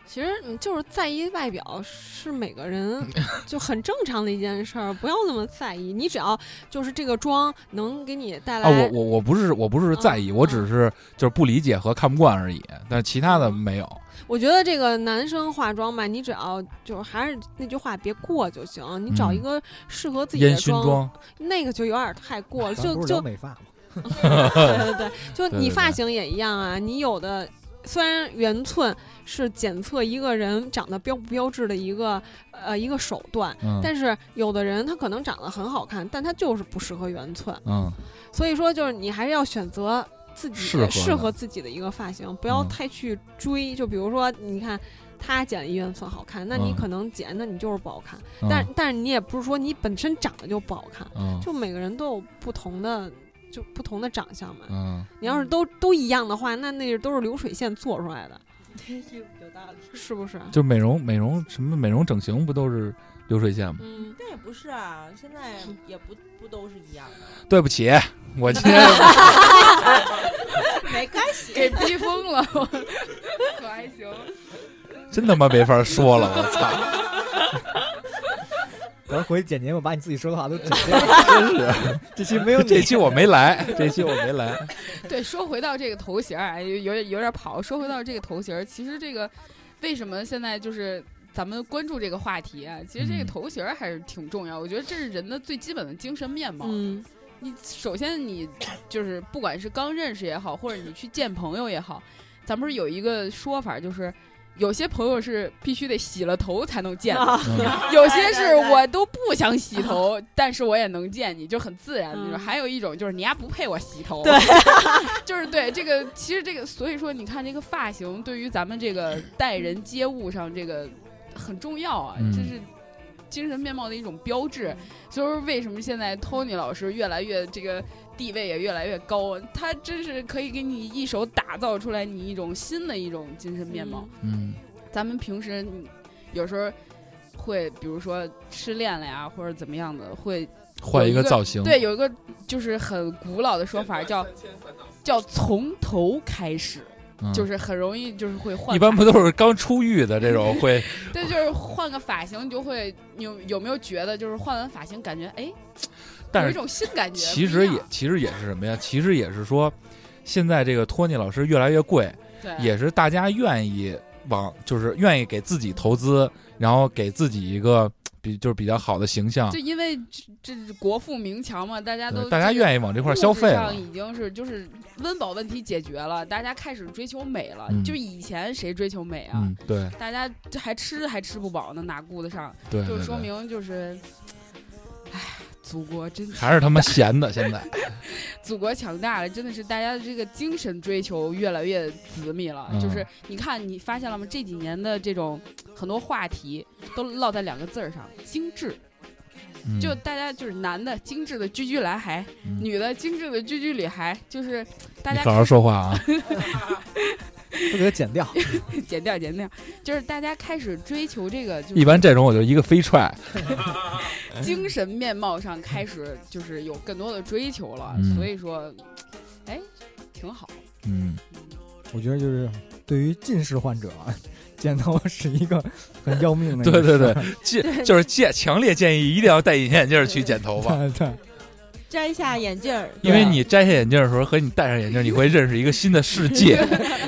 B: 其实你就是在意外表是每个 人就很正常的一件事儿，不要那么在意。你只要就是这个妆能给你带来嗯
L: 啊，我我我不是我不是在意，我只是就是不理解和看不惯而已，但是其他的没有。
B: 我觉得这个男生化妆吧，你只要就是还是那句话，别过就行。你找一个适合自己的
L: 嗯烟熏妆
B: 那个就有点太 过了，
H: 咱
B: 就
H: 不是
B: 就
H: 聊美发吗
L: 嗯
B: 对对对，就
H: 对
B: 你
H: 对
B: 发
H: 对
B: 型也一样啊，你有的。虽然圆寸是检测一个人长得标不标致的一个呃一个手段，
O: 嗯
B: 但是有的人他可能长得很好看，但他就是不适合圆寸，
L: 嗯，
B: 所以说就是你还是要选择自己
L: 适合的
B: 适合自己的一个发型，不要
L: 嗯
B: 太去追。就比如说，你看他剪一圆寸好看，那你
L: 嗯
B: 可能剪，那你就是不好看。
L: 嗯
B: 但但是你也不是说你本身长得就不好看，
L: 嗯
B: 就每个人都有不同的就不同的长相嘛。
L: 嗯，
B: 你要是都都一样的话，那那都是流水线做出 来的，
K: 有道理，
B: 是不是？
L: 就美容美容什么美容整形不都是流水线吗？
B: 嗯，
K: 但也不是啊，现在也不不都是一样的。
L: 对不起，我今 天
K: 没关系，
J: 给逼疯了， 我可还行。
L: 真他妈没法说了，我操！
H: 等会儿回去剪辑，我把你自己说的话都剪掉了， 真是。这期没有你，
L: 这期我没来，这期我没 来。
J: 对，说回到这个头型儿，哎，有有点有点跑。说回到这个头型儿，其实这个为什么现在就是咱们关注这个话题啊？其实这个
L: 嗯
J: 头型儿还是挺重要，我觉得这是人的最基本的精神面貌。
B: 嗯，
J: 你首先你就是不管是刚认识也好，或者你去见朋友也好，咱不是有一个说法就是。有些朋友是必须得洗了头才能见的，
B: 嗯
J: 有些是
B: 对对对
J: 我都不想洗 头，但是我也能见你，就很自然的那种。
B: 嗯
J: 还有一种就是你丫不配我洗头，
B: 对
J: 就是对这个，其实这个，所以说你看这个发型对于咱们这个待人接物上这个很重要啊，
O: 嗯
J: 这是精神面貌的一种标志。所以说为什么现在 Tony 老师越来越这个地位也越来越高，他真是可以给你一手打造出来你一种新的一种精神面貌。
L: 嗯
J: 咱们平时你有时候会，比如说失恋了呀，或者怎么样的，会
L: 换
J: 有
L: 一
J: 一
L: 个造型
J: 对，有一个就是很古老的说法叫叫从头开始，
L: 嗯
J: 就是很容易就是会换发型。
L: 一般不都是刚出狱的这种会？
J: 对，就是换个发型，你就会你有有没有觉得就是换完发型感觉哎，
L: 但
J: 有
L: 是
J: 一种新感觉。
L: 其
J: 不一
L: 实
J: 样
L: 也其实也是什么呀？其实也是说，现在这个托尼老师越来越贵
J: 对，
L: 也是大家愿意往就是愿意给自己投资，然后给自己一个比就是比较好的形象
J: 就。因为这这是国富民强嘛，大家
L: 啊对
J: 都
L: 大家
J: 这个
L: 愿意往这块儿消费
J: 物质
L: 了
J: 上已经是就是温饱问题解决了，大家开始追求美了。
L: 嗯
J: 就以前谁追求美啊？
L: 嗯，对，
J: 大家这还吃还吃不饱呢，哪顾得上？
L: 对对
J: 就说
L: 对
J: 明就是，哎，祖国真
L: 还是他妈
J: 强
L: 闲的现 在。
J: 大，祖国强大了，真的是大家的这个精神追求越来越缜密了。
L: 嗯
J: 就是你看，你发现了吗？这几年的这种很多话题都落在两个字儿上：精致。
L: 嗯
J: 就大家就是男的精致的居居男孩，女的精致的居居女孩，就是大
L: 你
J: 家
L: 好好说话啊！
H: 都给它剪掉。
J: 剪掉剪掉，就是大家开始追求这个，就是
L: 一般这种我就一个飞踹。
J: 精神面貌上开始就是有更多的追求了，
H: 嗯
J: 所以说，哎，挺好。
L: 嗯，
H: 我觉得就是对于近视患者啊，剪头是一个很要命的。
L: 对对对，建就是建强烈建议一定要戴隐形眼镜儿去剪头
J: 啊
L: 发，
H: 对对，
K: 摘下眼镜儿，
L: 因为你摘下眼镜儿的时候和你戴上眼镜儿，你会认识一个新的世 界。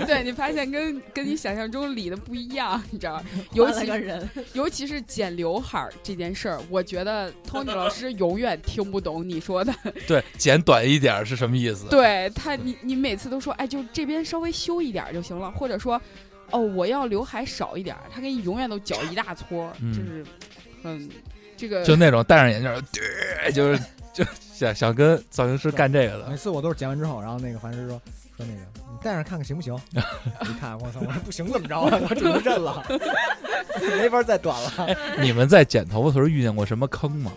J: 对你发现跟跟你想象中理的不一样，你 知道？尤
K: 了
J: 其
K: 个人
J: 尤其是剪刘海儿这件事儿，我觉得 Tony 老师永远听不懂你 说的。
L: 对，剪短一点儿是什么意思？
J: 对他，你你每次都说，哎，就这边稍微修一点儿就行了，或者说，哦，我要刘海少一点儿，他给你永远都绞一大撮儿，
L: 嗯
J: 就是很这个
L: 就那种戴上眼镜儿， 对，就是就想想跟造型师干这个的。
H: 每次我都是剪完之后，然后那个樊师说说那个你戴上看看行不行？ 一看我操，我说不行怎么着啊？ 我只能认了，没法再短了。
L: 你们在剪头发的时候遇见过什么坑吗？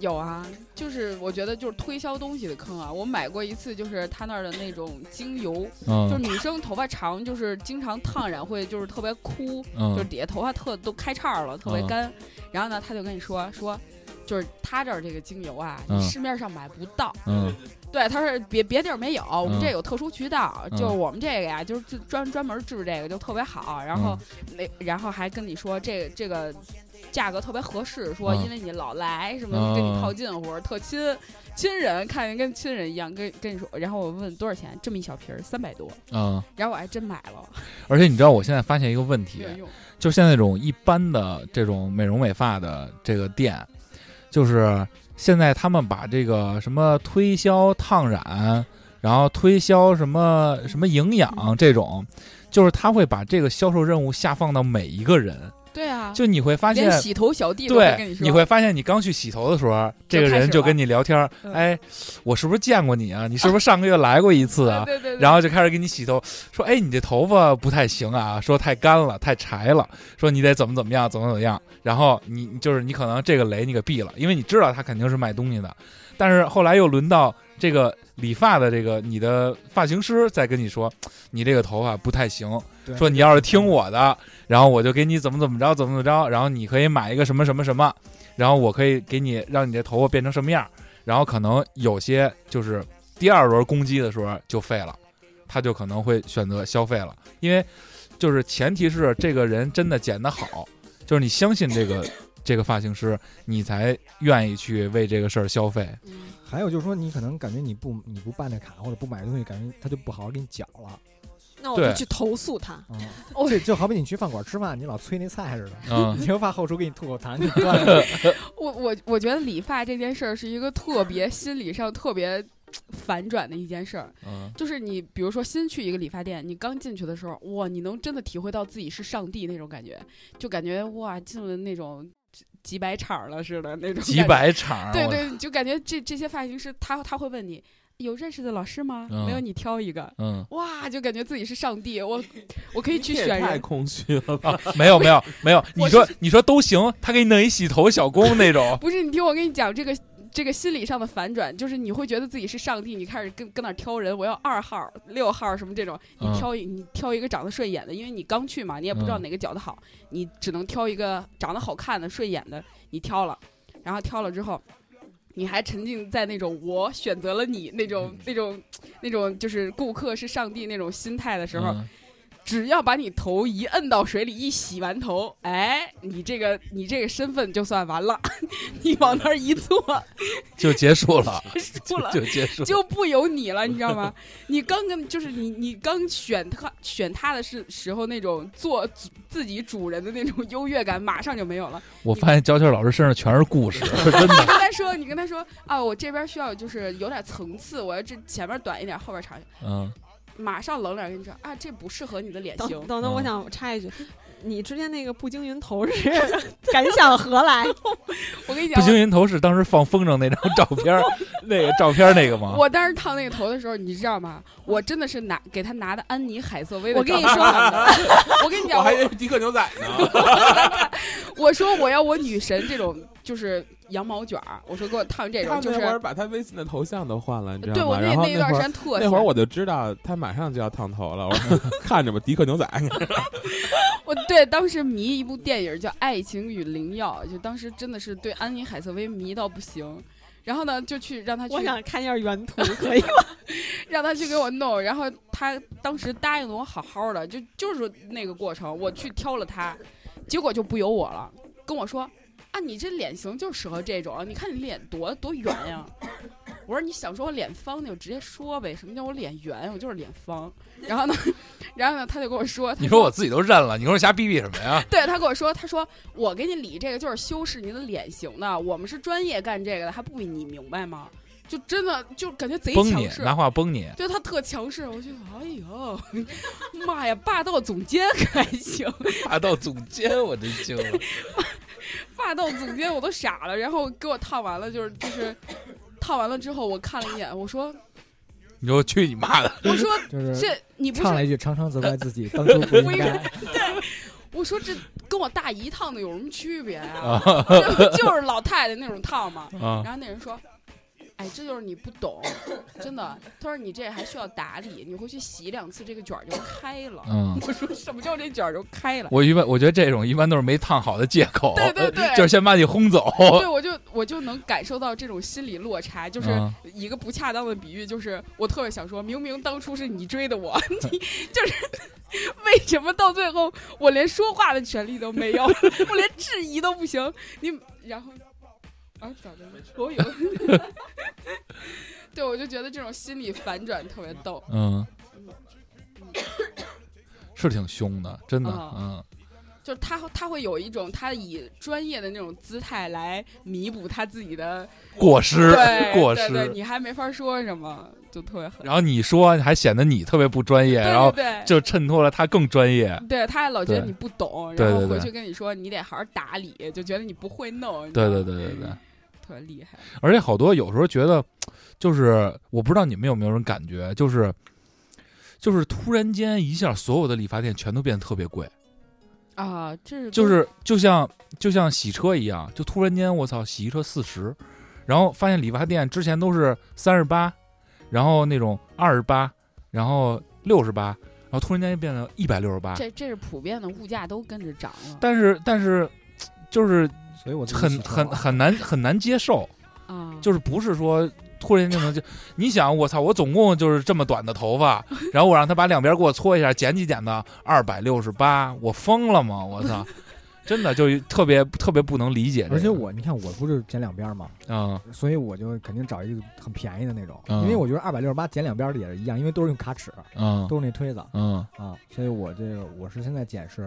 J: 有啊，就是我觉得就是推销东西的坑啊。我买过一次，就是他那儿的那种精油，
L: 嗯
J: 就是女生头发长，就是经常烫染会就是特别枯，
L: 嗯
J: 就是底下头发特都开叉了，特别
L: 嗯
J: 干。然后呢，他就跟你说说。就是他这儿这个精油啊，
L: 嗯
J: 你市面上买不到。
L: 嗯
J: 对，他说别别地儿没有，我们这有特殊渠道，
L: 嗯
J: 就是我们这个呀，就是就专专门治这个就特别好，然后
L: 嗯
J: 那、然后还跟你说这个、这个价格特别合适，说
L: 嗯
J: 因为你老来什么、
L: 哦
J: 跟你靠近或者特亲亲人，看见跟亲人一样，跟跟你说，然后我问多少钱，这么一小瓶三百多，
L: 嗯，
J: 然后我还真买了，
L: 而且你知道我现在发现一个问题
J: 没有，用。
L: 就像那种一般的这种美容美发的这个店，就是现在他们把这个什么推销烫染，然后推销什么什么营养这种，就是他会把这个销售任务下放到每一个人。
J: 对啊，
L: 就你会发现
J: 连洗头小弟都会跟
L: 对，
J: 说，
L: 你会发现你刚去洗头的时候，这个
J: 就开
L: 人
J: 始
L: 就跟
J: 了
L: 你聊天儿，
J: 嗯
L: 哎，我是不是见过你啊？你是不是上个月来过一次啊？
J: 对对对
L: 然后就开始给你洗头，说，哎，你这头发不太行啊，说太干了，太柴了，说你得怎么怎么样，怎么怎么样。然后你你就是你可能这个雷你给避了，因为你知道他肯定是卖东西的，但是后来又轮到这个理发的这个你的发型师在跟你说，你这个头发不太行，
H: 对
L: 说你要是听我的，然后我就给你怎么怎么着，怎么怎么着，然后你可以买一个什么什么什么，然后我可以给你让你这头发变成什么样儿，然后可能有些就是第二轮攻击的时候就废了，他就可能会选择消费了，因为就是前提是这个人真的剪得好，就是你相信这个这个发型师，你才愿意去为这个事儿消费。
B: 嗯
H: 还有就是说，你可能感觉你不你不办这卡或者不买东西，感觉他就不好好给你讲了。
B: 那我就去投诉他。
H: 嗯，这就好比你去饭馆吃饭，你老催那菜似的，
L: 嗯
H: 你就怕后厨给你吐口痰，你 断了。
J: 我我我觉得理发这件事儿是一个特别心理上特别反转的一件事儿，
L: 嗯
J: 就是你比如说新去一个理发店，你刚进去的时候，哇，你能真的体会到自己是上帝那种感觉，就感觉哇进了那种几几百场儿了似的那种感觉，
L: 几百场儿
J: 对
L: 我
J: 对，你就感觉这这些发型师他他会问你。有认识的老师吗？
I: 嗯
J: 没有，你挑一个。
L: 嗯
J: 哇，就感觉自己是上帝， 我我可以去
I: 这也
J: 选
I: 太
J: 人。
I: 空虚了吧
L: 啊？ 没有没有没有，
J: 我，
L: 你说你说都行，他给你弄一洗头小工那种
J: 不是，你听我跟你讲这个这个心理上的反转，就是你会觉得自己是上帝，你开始跟跟那儿挑人，我要二号、六号什么这种，你
L: 嗯
J: 挑一、你挑一个长得顺眼的，因为你刚去嘛，你也不知道
L: 嗯
J: 哪个脚的好，你只能挑一个长得好看的、顺眼的，你挑了，然后挑了之后。你还沉浸在那种我选择了你那
L: 嗯
J: 种、那种、那种，就是顾客是上帝那种心态 的时候，
L: 嗯
J: 只要把你头一摁到水里，一洗完头，哎，你这个你这个身份就算完了， 你往那儿一坐，
L: 就结束了，
J: 住了
L: 就就结束 了，
J: 就不由你了，你知道吗？你刚跟就是你你刚选他选他的时时候那种做自己主人的那种优越感，马上就没有了。
L: 我发现焦圈老师身上全是 故事，真
J: 你
L: 的。
J: 跟他说，你跟他说啊，我这边需要就是有点层次，我要这前面短一点，后边长一点，
L: 嗯，
J: 马上冷脸跟你说啊，这不适合你的脸
B: 等
J: 型。
B: 等等，
H: 嗯
B: 我想插一句，你之前那个步惊云头是 感想何来？
J: 我跟你讲，
L: 不行，云头是当时放风筝那张照 片儿，那个照片儿那个
I: 啊
L: 吗？
J: 我当时烫那个头的时候，你知道吗？我真的是拿给他拿的安妮海瑟薇的
B: 我
J: 照
B: 跟
J: 片
B: 你
J: 看
B: 说
J: 的。 我跟你讲，
I: 我
J: 我
I: 还以为迪克牛仔呢。
J: 我说我要我女神这种就是羊毛卷儿，我说给我烫这种
I: 他
J: 就
I: 那会儿
J: 是。
I: 把他微信的头像都换了，你知道吗？
J: 对我那
I: 然后
J: 那一段
I: 会
J: 时
I: 儿
J: 间 特
I: 那会儿
J: 喜欢
I: 我就知道他马上就要烫头了。我说看着吧，迪克牛仔。
J: 我对当时迷一部电影叫《爱情与灵药》，就当时真的是对安妮海瑟薇迷到不行。然后呢，就去让他去，
B: 我想看一下原图，可以吗？
J: 让他去给我弄。然后他当时答应的我好好的，就就是那个过程，我去挑了他，结果就不由我了，跟我说啊，你这脸型就适合这种，你看你脸多多圆呀。我说你想说我脸方，你就直接说呗，什么叫我脸圆？我就是脸方。然后呢，然后呢，他就跟我说，他
L: 你说我自己都认了，你说我瞎逼逼什么 呀？
J: 对他跟我说，他说我给你理这个就是修饰您的脸型的，我们是专业干这个的，还不比你明白吗？就真的就感觉贼
L: 崩
J: 强
L: 你，
J: 势，
L: 拿话崩 你。
J: 对他特强势，我就哎呦，妈呀，霸道总监还行，
L: 霸道总监，我真惊 了。
J: 霸道总监我都傻了。然后给我烫完了，就是就是烫完了之后，我看了一眼，我说
L: 你说我去 你妈的！
J: 我说
H: 就是
J: 这你不
H: 唱了一句，
J: 是，
H: 常常责怪自己当初 不应该。
J: 我说这跟我大姨烫的 有什么区别啊？
H: 啊
J: 就就是老太太那种烫嘛。
H: 啊
J: 然后那人说。哎，这就是你不懂，真的。他说你这还需要打理，你回去洗两次，这个卷儿就开了。
L: 嗯
J: 我说什么叫这卷儿就开了？
L: 我一般我觉得这种一般都是没烫好的借口，
J: 对对对
L: 就是先把你轰走。
J: 对，我就我就能感受到这种心理落差，就是
L: 嗯
J: 一个不恰当的比喻，就是我特别想说，明明当初是你追的我， 你就是 为什么到最后我连说话的权利都没有，我连质疑都不行？你然后啊，咋的了？我有， 对，我就觉得这种心理反转特别逗。
L: 嗯， 是挺凶的，真的，嗯
J: 哦就是他他会有一种他以专业的那种姿态来弥补他自己的
L: 过失
J: 对
L: 过
J: 对对
L: 失
J: 你还没法说什么，就特别狠。
L: 然后你说还显得你特别不专业，
J: 对对嗯
L: 然后
J: 对
L: 就衬托了他更专业。
J: 对，他还老觉得你不懂，然后
L: 对对
J: 回
L: 对
J: 去跟你说你得好好打理，就觉得你不会弄。你知
L: 对
J: 道
L: 对
J: 吗嗯
L: 对对对，
J: 特别厉害。
L: 而且好多有时候觉得，就是我不知道你们有没有人感觉，就是就是突然间一下，所有的理发店全都变得特别贵，
J: 啊，这是
L: 就是就像就像洗车一样，就突然间我操，洗一车四十，然后发现理发店之前都是三十八，然后那种二十八，然后六十八，然后突然间就变成一百六十八，
J: 这这是普遍的，物价都跟着涨了。
L: 啊但是但是就是，
H: 所以我
L: 很很
H: 啊
L: 很 难很难接受，
J: 啊，
L: 就是不是说突然就能就，你想我操，我总共就是这么短的头发，然后我让他把两边给我搓一下，剪几剪的二百六十八，我疯了吗？我操，真的就特别特别不能理解、这个，
H: 而且我，你看我不是剪两边儿嘛，
L: 啊、
H: 所以我就肯定找一个很便宜的那种，
L: 嗯
H: 因为我觉得二百六十八剪两边儿的也是一样，因为都是用卡尺，
L: 嗯
H: 都是那推子，
L: 嗯
H: 啊，所以我这个我是现在剪是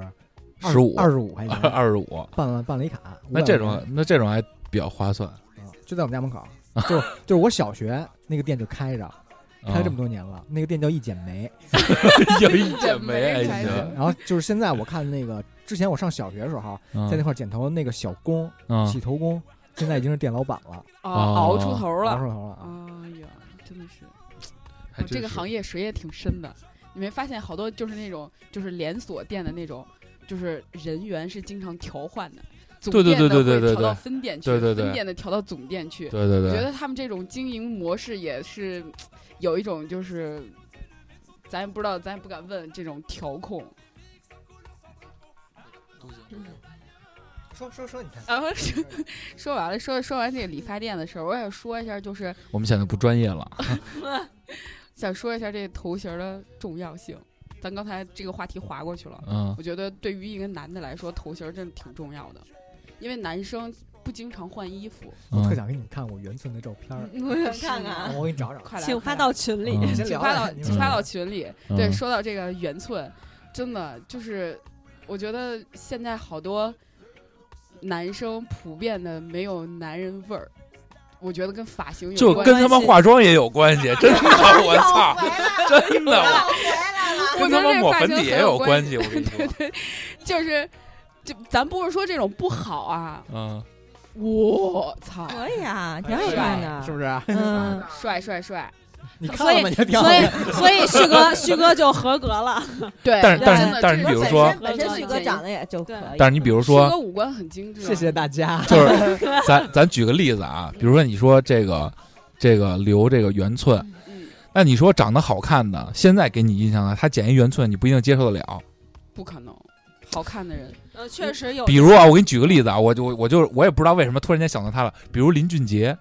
L: 15
H: 二十五块钱，
L: 25
H: 办了办了一卡，
L: 那
H: 500
L: 这
H: 块
L: 种
H: 钱啊
L: 那这种还比较划算，
H: 就在我们家门口儿，就就是我小学那个店就开 着。
L: 啊
H: 开了
L: 嗯
H: 这么多年了，那个店叫一剪梅，
L: 叫一剪梅还行
H: 然后就是现在我看那个，之前我上小学的时候，
L: 嗯
H: 在那块剪头那个小工
L: 嗯，
H: 洗头工，现在已经是店老板 了，
J: 啊，熬出头了，
H: 熬出头了。啊
J: 哎呀，真的是，
L: 还
J: 哦这
L: 真
J: 个
L: 是
J: 行业水也挺深的。你没发现好多就是那种就是连锁店的那种，就是人员是经常调换的。总
L: 对对
J: 店的
L: 对对
J: 会
L: 对
J: 调到
L: 对
J: 分店去，
L: 对对对
J: 分店的调到总店去。
L: 对对对
J: 我觉得他们这种经营模式也是有一种就是，咱也不知道，咱也不敢问这种调控。
H: 说说说，你看，
J: 然后说说完了，说说完这个理发店的事儿，我也说一下，就是
L: 我们显得不专业 了，
J: 想说一下这头型的重要性。咱刚才这个话题划过去了，
L: 嗯
J: 我觉得对于一个男的来说，头型真的挺重要的，因为男生不经常换衣服。
L: 嗯
H: 我特想给你们看我原寸的照片儿，
J: 我想看看
H: 我给你找找，
J: 快来
B: 请
J: 快
B: 发
J: 来
B: 到群里
H: 嗯
J: 请
H: 先聊
J: 发
H: 聊
J: 到
H: 你们
J: 请发到群里。
H: 嗯
J: 对，说到这个圆寸，真的就是，我觉得现在好多男生普遍的没有男人味儿，我觉得跟发型有
L: 就
J: 关系
L: 跟他妈化妆也有关系， 真的，我操，真的，
J: 我
L: 跟
J: 觉得
L: 他妈
J: 这
L: 抹
J: 发
L: 粉
J: 型
L: 底也
J: 很
L: 有
J: 有
L: 关系
J: 系，
L: 我跟你说
J: 对对，就是，就咱不是说这种不好啊，
L: 嗯，
H: 哎
J: 我操，
K: 嗯
A: 可以啊，挺
J: 帅
A: 好看的，
H: 是不是？
A: 嗯，
J: 帅帅帅，
H: 你
A: 所以所以所以旭哥旭哥就合格了。
J: 对
L: 但是但是但是你比如说
A: 本身旭哥长得也就可以，
L: 但是你比如说
J: 旭哥五官很精致，啊
H: 谢谢大家。
L: 就是咱咱举个例子啊，比如说你说这个这个留这个圆寸，
J: 嗯
L: 那你说长得好看的，现在给你印象的，他剪一圆寸，你不一定接受得了。
J: 不可能，好看的人，
B: 呃，确实有
L: 比如啊，我给你举个例子啊，我就我就我也不知道为什么突然间想到他了，比如林俊杰，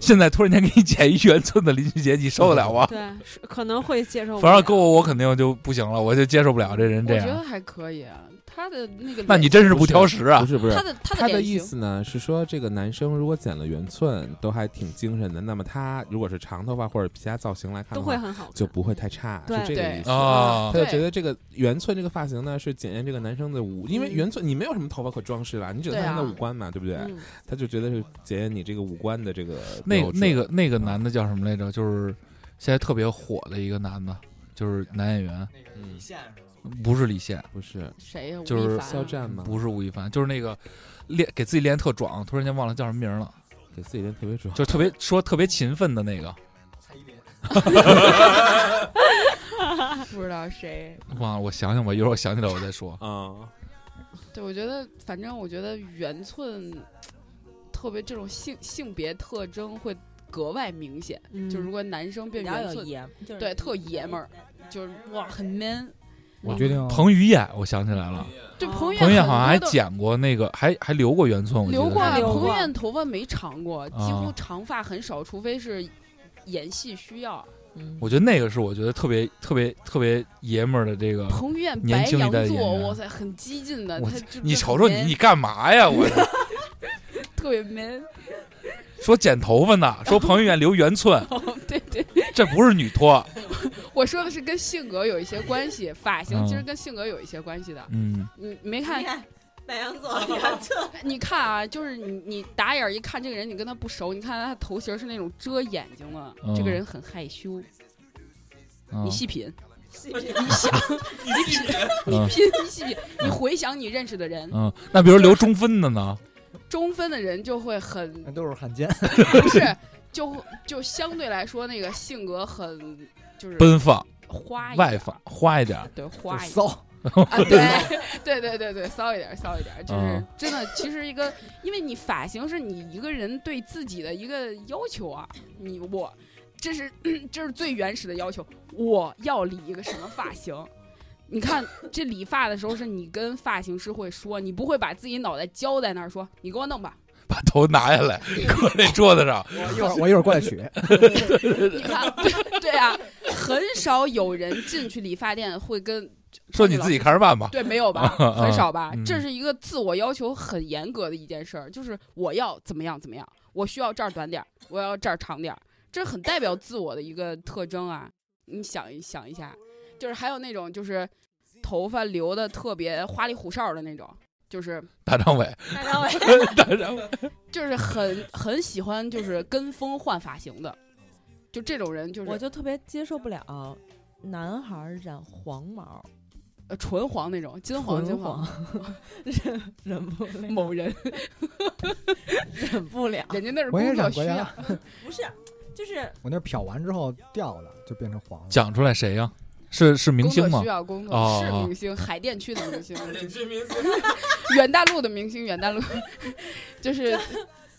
L: 现在突然间给你剪一圆寸的林俊杰，你受得了吗？
B: 对，是可能会接受不
L: 反
B: 了。
L: 正搁我我肯定就不行了，我就接受不了这人这
J: 我觉得
L: 样。
J: 还可以啊，他的那个，
L: 那你真是不挑食啊
O: 不是不是，
J: 他的他的
O: 他的
J: 脸
O: 意
J: 型
O: 思呢是说，这个男生如果剪了圆寸，都还挺精神的。那么他如果是长头发或者其他造型来看的话，
B: 都会很好看
O: 就不 会太差，是
B: 对
O: 这个意
I: 啊
O: 思。
L: 对哦
O: 他就
L: 对
O: 觉得这个圆寸这个发型呢，是检验这个男生的五，因为圆寸你没有什么头发可装饰了，你只能
L: 对
O: 看
L: 啊
O: 他的五官嘛，对不对
L: 嗯？
O: 他就觉得是检验你这个五官的这个
L: 那
I: 啊
O: 标准
L: 那个那个男的叫什么来着？就是现在特别火的一个男的，就是男演员，
O: 嗯，
L: 不是李现，
O: 不是
J: 谁呀
L: 就
J: 吴亦
L: 是
J: 凡啊肖战
I: 嗯
J: 吗
L: 不是吴亦凡，就是那个练给自己练特壮，突然间忘了叫什么名儿了，
O: 给自己练特别壮，
L: 就是特别说特别勤奋的那个，
J: 不知道谁。
L: 忘了我想想吧，一会儿我想起来我再说
O: 啊。
J: 对，我觉得，反正我觉得圆寸特别这种性性别特征会格外明显。就如果男生变
K: 嗯比较
J: 圆
K: 有
J: 寸，
K: 爷就是嗯
J: 对，特爷们儿，就是哇，很 man。
L: 我
H: 决定
L: 彭于晏，我想起来了，
K: 哦
J: 对，彭于晏
L: 彭于晏
J: 很
L: 好像还
J: 多都
L: 剪过那个，还还留过圆寸，我记
J: 留
L: 得
J: 过啊，
L: 是
J: 彭于晏头发没长过，几乎
L: 啊
J: 长发很少，除非是演戏需要。
L: 我觉得那个是我觉得特别特别特别爷们儿的这个
J: 彭于晏白
L: 呃年轻一
J: 羊
L: 代的演
J: 座，
L: 员。
J: 哇塞，很激进的，
L: 我
J: 他
L: 操
J: 就
L: 你
J: 是
L: 瞅
J: 很
L: 瞅你，
J: man
L: 你干嘛呀？ 我
J: 特别 man。
L: 说剪头发呢，说彭于晏留圆 寸，
J: 哦，对对，
L: 这不是女托。
J: 我说的是跟性格有一些关系，发型
L: 嗯
J: 其实跟性格有一些关系的。
L: 嗯，
J: 你没看
K: 你看白羊座圆寸，
J: 你看啊，就是你你打眼儿一看这个人，你跟他不熟，你看他头型是那种遮眼睛的，
L: 嗯
J: 这个人很害羞。
L: 嗯
J: 你细品，
K: 细
J: 品，你想，你品，你
L: 嗯
J: 品，你细品，你回想你认识的人，
L: 嗯，那比如留中分 的呢？
J: 中分的人就会很
H: 那都是汉奸。
J: 不是，就就相对来说那个性格很就是
L: 奔放
J: 花一点
L: 外放，花一点儿，
J: 对花一点
H: 骚
J: 啊，对 对对对对，骚一点儿，骚一点儿，就是
L: 嗯
J: 真的。其实一个，因为你发型是你一个人对自己的一个要求啊，你我这是 这是最原始的要求，我要理一个什么发型。你看这理发的时候，是你跟发型师会说，你不会把自己脑袋交在那儿说，你给我弄吧。
L: 把头拿下来，搁那桌 子上。
H: 一会儿 我一会儿过来取。
J: 你看， 对对啊，很少有人进去理发店会跟
L: 说你自己看 着办吧
J: 对，没有吧，
L: 啊
J: 很少吧。
L: 嗯
J: 这是一个自我要求很严格的一件事儿，就是我要怎么样怎么样，我需要这儿短点儿，我要这儿长点儿，这很代表自我的一个特征啊。你想一想一下，就是还有那种就是头发留的特别花里胡哨的那种，就是
L: 大 张伟，
J: 大张伟
L: 大张伟，
J: 就是很很喜欢就是跟风换发型的，就这种人就是
K: 我就特别接受不了男孩儿染黄毛，
J: 呃纯黄那种，金黄金
K: 纯
J: 黄，
K: 忍忍不了
J: 某人
K: 忍不了，
J: 人家那是
H: 我也
J: 工作
H: 染
J: 需
H: 过
J: 要
H: 呀。，
K: 不是，就是
H: 我那漂完之后掉的，就变成黄了。
L: 讲出来谁呀？是是明星
J: 工作
L: 吗
J: 需？要工作、
L: 哦
J: 是
L: 哦
J: 明星，海淀区的明星，海淀区明星， 远大路的明星，远大路， 就是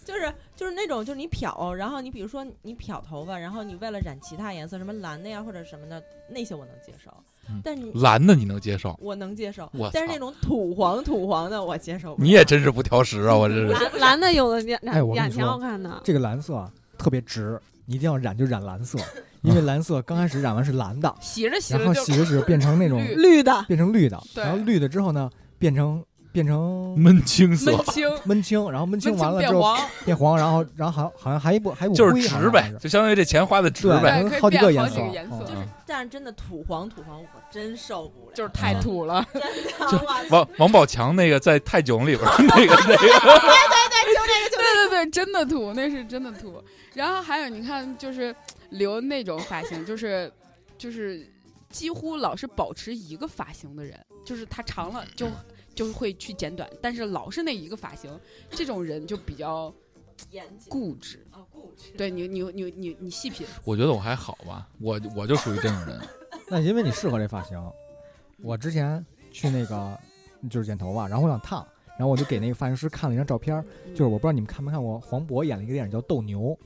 K: 就是就是那种就是你漂，然后你比如说你漂头发，然后你为了染其他颜色，什么蓝的呀或者什么的，那些我能接受，
L: 嗯
K: 但你
L: 蓝的你能接受？
K: 我能接受
L: 我，
K: 但是那种土黄土黄的我接受不了。
L: 你也真是不挑食啊！我这 是
B: 蓝蓝的有的染
H: 哎，我跟
B: 染
H: 你
B: 挺
H: 说，
B: 好看的，
H: 这个蓝色啊特别直，你一定要染就染蓝色，因为蓝色刚开始染完是蓝的，
J: 洗着洗着
H: 然后
J: 就
H: 洗着洗着变成那种
J: 绿
B: 绿的，
H: 变成绿的，
J: 对
H: 然后绿的之后呢，变成变成
L: 闷青
J: 色闷青
H: 闷青，然后闷青
J: 闷青
H: 完了
J: 变
H: 之后
J: 黄
H: 变黄，然后然后好好像还一不还一不
L: 就是
H: 灰好
L: 值
H: 像
L: 呗，就相当于这钱花的值
H: 对
L: 呗
H: 可以，变好几个颜好几个色哦颜色
K: 就是
L: 嗯，
K: 但是真的土黄土黄，我真受不了，
H: 嗯
J: 就是太 土了，
K: 真的，我
L: 王王宝强那个在《泰囧》里边儿 那个那个，
J: 对对对，真的土，那是真的土。然后还有你看，就是留那种发型，就是就是几乎老是保持一个发型的人，就是他长了
H: 嗯
J: 就就会去剪短，但是老是那一个发型，这种人就比较
K: 严谨
J: 固执。
K: 啊
J: 对你你你你你细品，
L: 我觉得我还好吧，我我就属于这种人。
H: 那因为你适合这发型，我之前去那个就是剪头发，然后我想烫，然后我就给那个发型师看了一张照片儿，
J: 嗯
H: 就是我不知道你们看没看过，黄渤演了一个电影叫《斗牛》，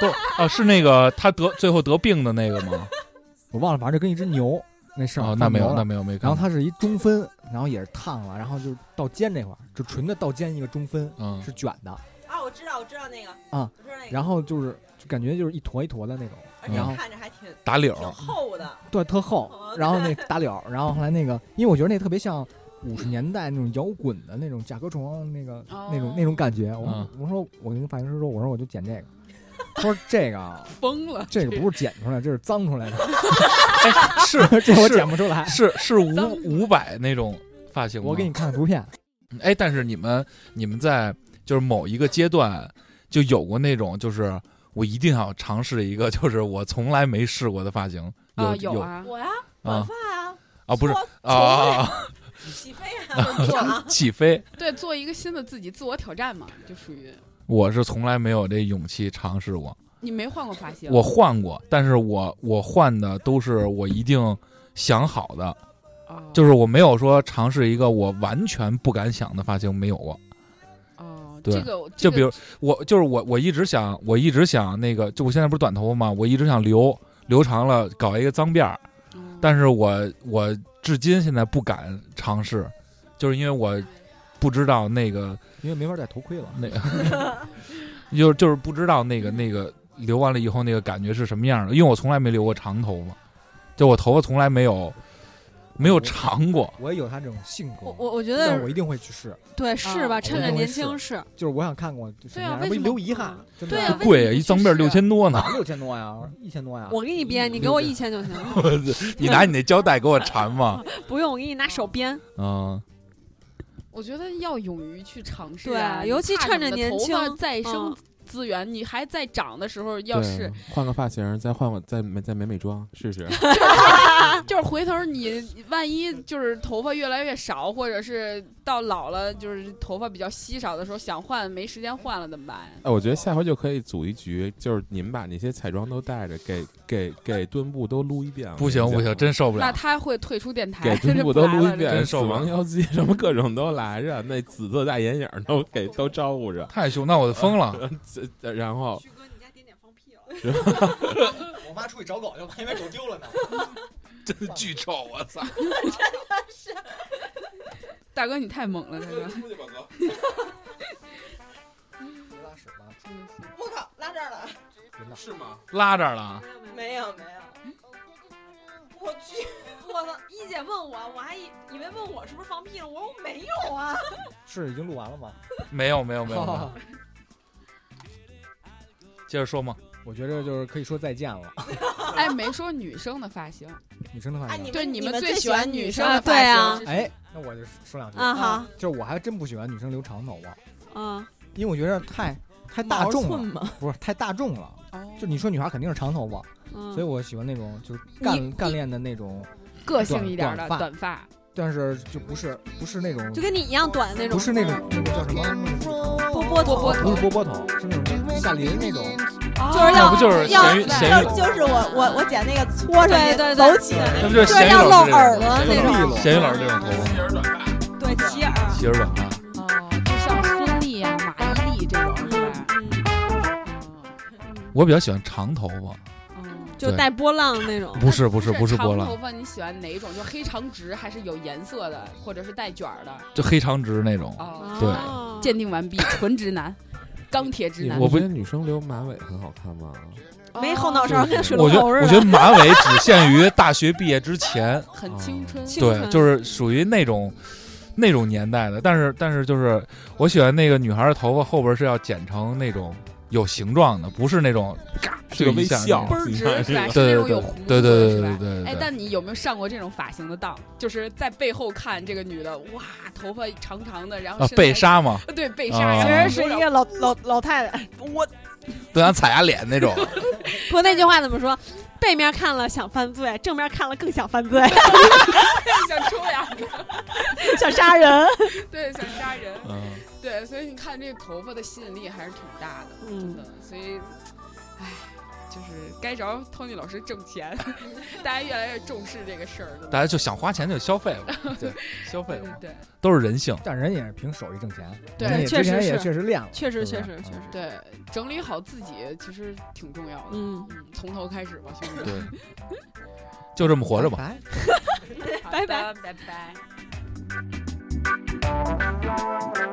L: 都啊，是那个他得最后得病的那个吗？
H: 我忘了，反正就跟一只牛那事儿。
L: 哦
H: 放
L: 那没有
H: 牛了
L: 那没有没看
H: 然后他是一中分，然后也是烫了，然后就是到肩这块儿，就纯的到肩一个中分，
L: 嗯
H: 是卷的
K: 啊，我知道我知道那个
H: 啊
K: 我知道那，个，
H: 然后就是就感觉就是一坨一坨的那种，
K: 而且
L: 哦
H: 然后
K: 看着还挺
L: 嗯打 绺
K: 挺厚的，
H: 对特厚，
B: 哦
H: 然后那打绺，然后后来那个，因为我觉得那特别像。五十年代那种摇滚的那种甲壳虫那个
B: 哦
H: 那种那种感觉，我、
L: 嗯
H: 我说我跟发型师说，我说我就剪这个，他说这个啊
J: 疯了，
H: 这个不是剪出来，这是脏出来的，
L: 是
H: 这我
L: 是
H: 剪不出来。
L: 是是五五百那种发型吗。
H: 我给你看看图片，
L: 哎，但是你们你们在就是某一个阶段就有过那种就是我一定要尝试一个就是我从来没试过的发型，有、
J: 啊
L: 有
J: 啊，
K: 我呀，
L: 啊
K: 短发啊，
L: 啊不是
K: 搓
L: 啊啊
K: 起飞 啊，
L: 啊
K: 我知道
L: 起飞，
J: 对，做一个新的自己，自我挑战嘛，就属于
L: 我是从来没有这勇气尝试过。
J: 你没换过发型，
L: 我换过，但是我我换的都是我一定想好的，
J: 哦
L: 就是我没有说尝试一个我完全不敢想的发型，没有过。
J: 哦，
L: 对，
J: 这个
L: 就
J: 这个
L: 比如我就是我，我一直想，我一直想那个，就我现在不是短头发嘛，我一直想留留长了，搞一个脏辫儿，
J: 嗯
L: 但是我我至今现在不敢尝试，就是因为我不知道那个
H: 因为没法戴头盔了。
L: 那个，就是就是不知道那个那个留完了以后那个感觉是什么样的，因为我从来没留过长头发，就我头发从来没有没有长过，
H: 我也有他这种性格，
B: 我我我觉得
H: 但我一定会去试。
B: 对试吧
H: 我一定
B: 趁着
H: 会
B: 年
H: 试
B: 轻试。
H: 就是我想看看我就什
B: 对
H: 么
B: 啊
H: 样，
B: 为
H: 我一
B: 什么
H: 留遗憾。真的
B: 对啊 为什么
L: 贵呀，一脏辫儿六千 多呢。
H: 六千多呀，一千多呀。嗯
B: 我给你编，你给我一千就行
L: 我 操你拿你那胶带给我缠嘛，
B: 不用，我给你拿手编。
L: 嗯，
J: 我觉得要勇于去尝试、
B: 对
J: 啊，
B: 尤其
J: 你怕
B: 趁
J: 你
B: 着
J: 的
B: 年
J: 头
B: 轻
J: 发再生
B: 嗯
J: 资源，你还在长的时候要
O: 对，
J: 是，
O: 换个发型，再换个再美再美美妆试试。
J: 就是回头你万一就是头发越来越少，或者是到老了就是头发比较稀少的时候想换没时间换了怎么办呀？
O: 哎，我觉得下回就可以组一局，就是你们把那些彩妆都带着，给给给墩布都撸一遍。
L: 不行不行，真受不
J: 那
L: 了。
J: 他会退出电台，
O: 给
J: 就
O: 墩
J: 哎是
O: 布
J: 不
O: 都
J: 来
O: 撸
J: 了
O: 一遍，
L: 真
O: 死
L: 受不了
O: 亡妖姬什么各种都来着，那紫色大眼影儿都给都招呼着，
L: 太凶，那我就 疯了。
O: 这然后，
H: 我妈出去找狗去，我还以为狗丢了呢。
L: 真的巨臭，我操！
J: 大哥你太猛了，大哥。
K: 我靠，拉这儿了？
O: 是吗？
L: 拉这儿了，啊
K: 没有没有。
B: 我去，我操！一姐问
K: 啊
B: 我，我还以以为问我是不是放屁了，我说我没有啊。
L: 哦
H: 是已经录完了吗？。
L: 没有没有没有没有，接着说嘛。
H: 我觉着就是可以说再见 了。
J: 哎，没说女生的发型，
H: 女生的话，
J: 对
K: 啊哎你
J: 们
K: 们
J: 最
K: 最
J: 喜
K: 喜
J: 欢
K: 欢
J: 女
K: 女
J: 生
K: 生
J: 的
K: 的
J: 发
K: 发
J: 型
K: 型
J: 是什么
H: 哎，那我就说两句
B: 啊好，
H: 就是我还真不喜欢女生留长头发，
B: 嗯，
H: 因为我觉得太太大
K: 毛
H: 众
K: 寸
H: 了
K: 吗，
H: 不是太大众了。就你说女孩肯定是长头发，
B: 嗯
H: 所以我喜欢那种就是
J: 你
H: 干干练的那种
J: 个性一点的
H: 短
J: 短
H: 发，
J: 发。
H: 但是就不是不是那种
B: 就跟你一样短那种。
H: 不是那种那个叫什么
B: 波波头，
H: 不是波波头，是那种夏琳那种。
J: 哦
K: 就是
L: 那
K: 要
L: 不就是
K: 要
L: 咸鱼咸鱼
K: 就就是我我我捡那个搓上去
B: 对对对
K: 走起的那
L: 那
K: 种，
L: 不就是咸鱼
K: 要
L: 老
K: 露
L: 师
K: 耳朵
L: 这
K: 那
L: 种
K: 种。
L: 咸鱼老师这种头发，
B: 对齐耳。
L: 齐耳短发。
J: 嗯就像孙俪啊、马伊琍这种，是吧？
L: 我比较喜欢长头发，
J: 嗯
B: 就带波浪那种。
L: 不是不是不是波
J: 哦长头
L: 浪，
J: 发你喜欢哪种？就黑长直还是有颜色的，或者是带卷儿的？
L: 就黑长直那种。
J: 哦，
L: 对，
J: 鉴定完毕，纯直男，钢铁直男。
O: 我不觉得女生留马尾很好看吗？
B: 没后脑勺跟水
L: 我
B: 龙
L: 觉得
B: 头
J: 啊
B: 似的。
L: 我觉得马尾只限于大学毕业之 前，
J: 很青春，
L: 对，就是属于那种那种年代的。但是但是就是我喜欢那个女孩的头发后边是要剪成那种有形状的，不是那种嘎
O: 是
L: 就
O: 个
L: 一下
O: 微笑
J: 倍儿直是吧？是那
L: 对
J: 种
L: 对
J: 有胡
L: 对对对
J: 子是
L: 对
J: 吧
L: 对对
J: 哎
L: 对，。
J: 但你有没有上过这种发型的当？就是在背后看这个女的，哇，头发长长的，然后
L: 啊
J: 身材呃
L: 被杀嘛
J: 对，被杀，
L: 啊
J: 然后
B: 是
J: 手掌
B: 一个老老老太太，我
L: 都想踩下脸那种。
B: 不那句话怎么说？背面看了想犯罪，正面看了更想犯罪，
J: 想抽两个，
B: 想杀人。
J: 对，想杀人，
L: 嗯
J: 对，所以你看这个头发的吸引力还是挺大的，真的，所以，唉，就是该着 Tony 老师挣钱， 大家越来越重视这个事儿，
L: 大家就想花钱就消费了，对，消费
J: 对
L: 嘛，
J: 对
L: 都是人性。
H: 但人也是凭手艺挣钱，
J: 对
H: 人也
J: 确
H: 之
J: 实
H: 前也
J: 是
H: 确实练了，
B: 确实
H: 是不嗯
B: 确
H: 是
B: 实确实。
J: 对，整理好自己其实挺重要的，
B: 嗯，
J: 从头开始吧，兄 弟，
L: 对就这么活着吧。
J: 拜拜拜拜。
G: Bye.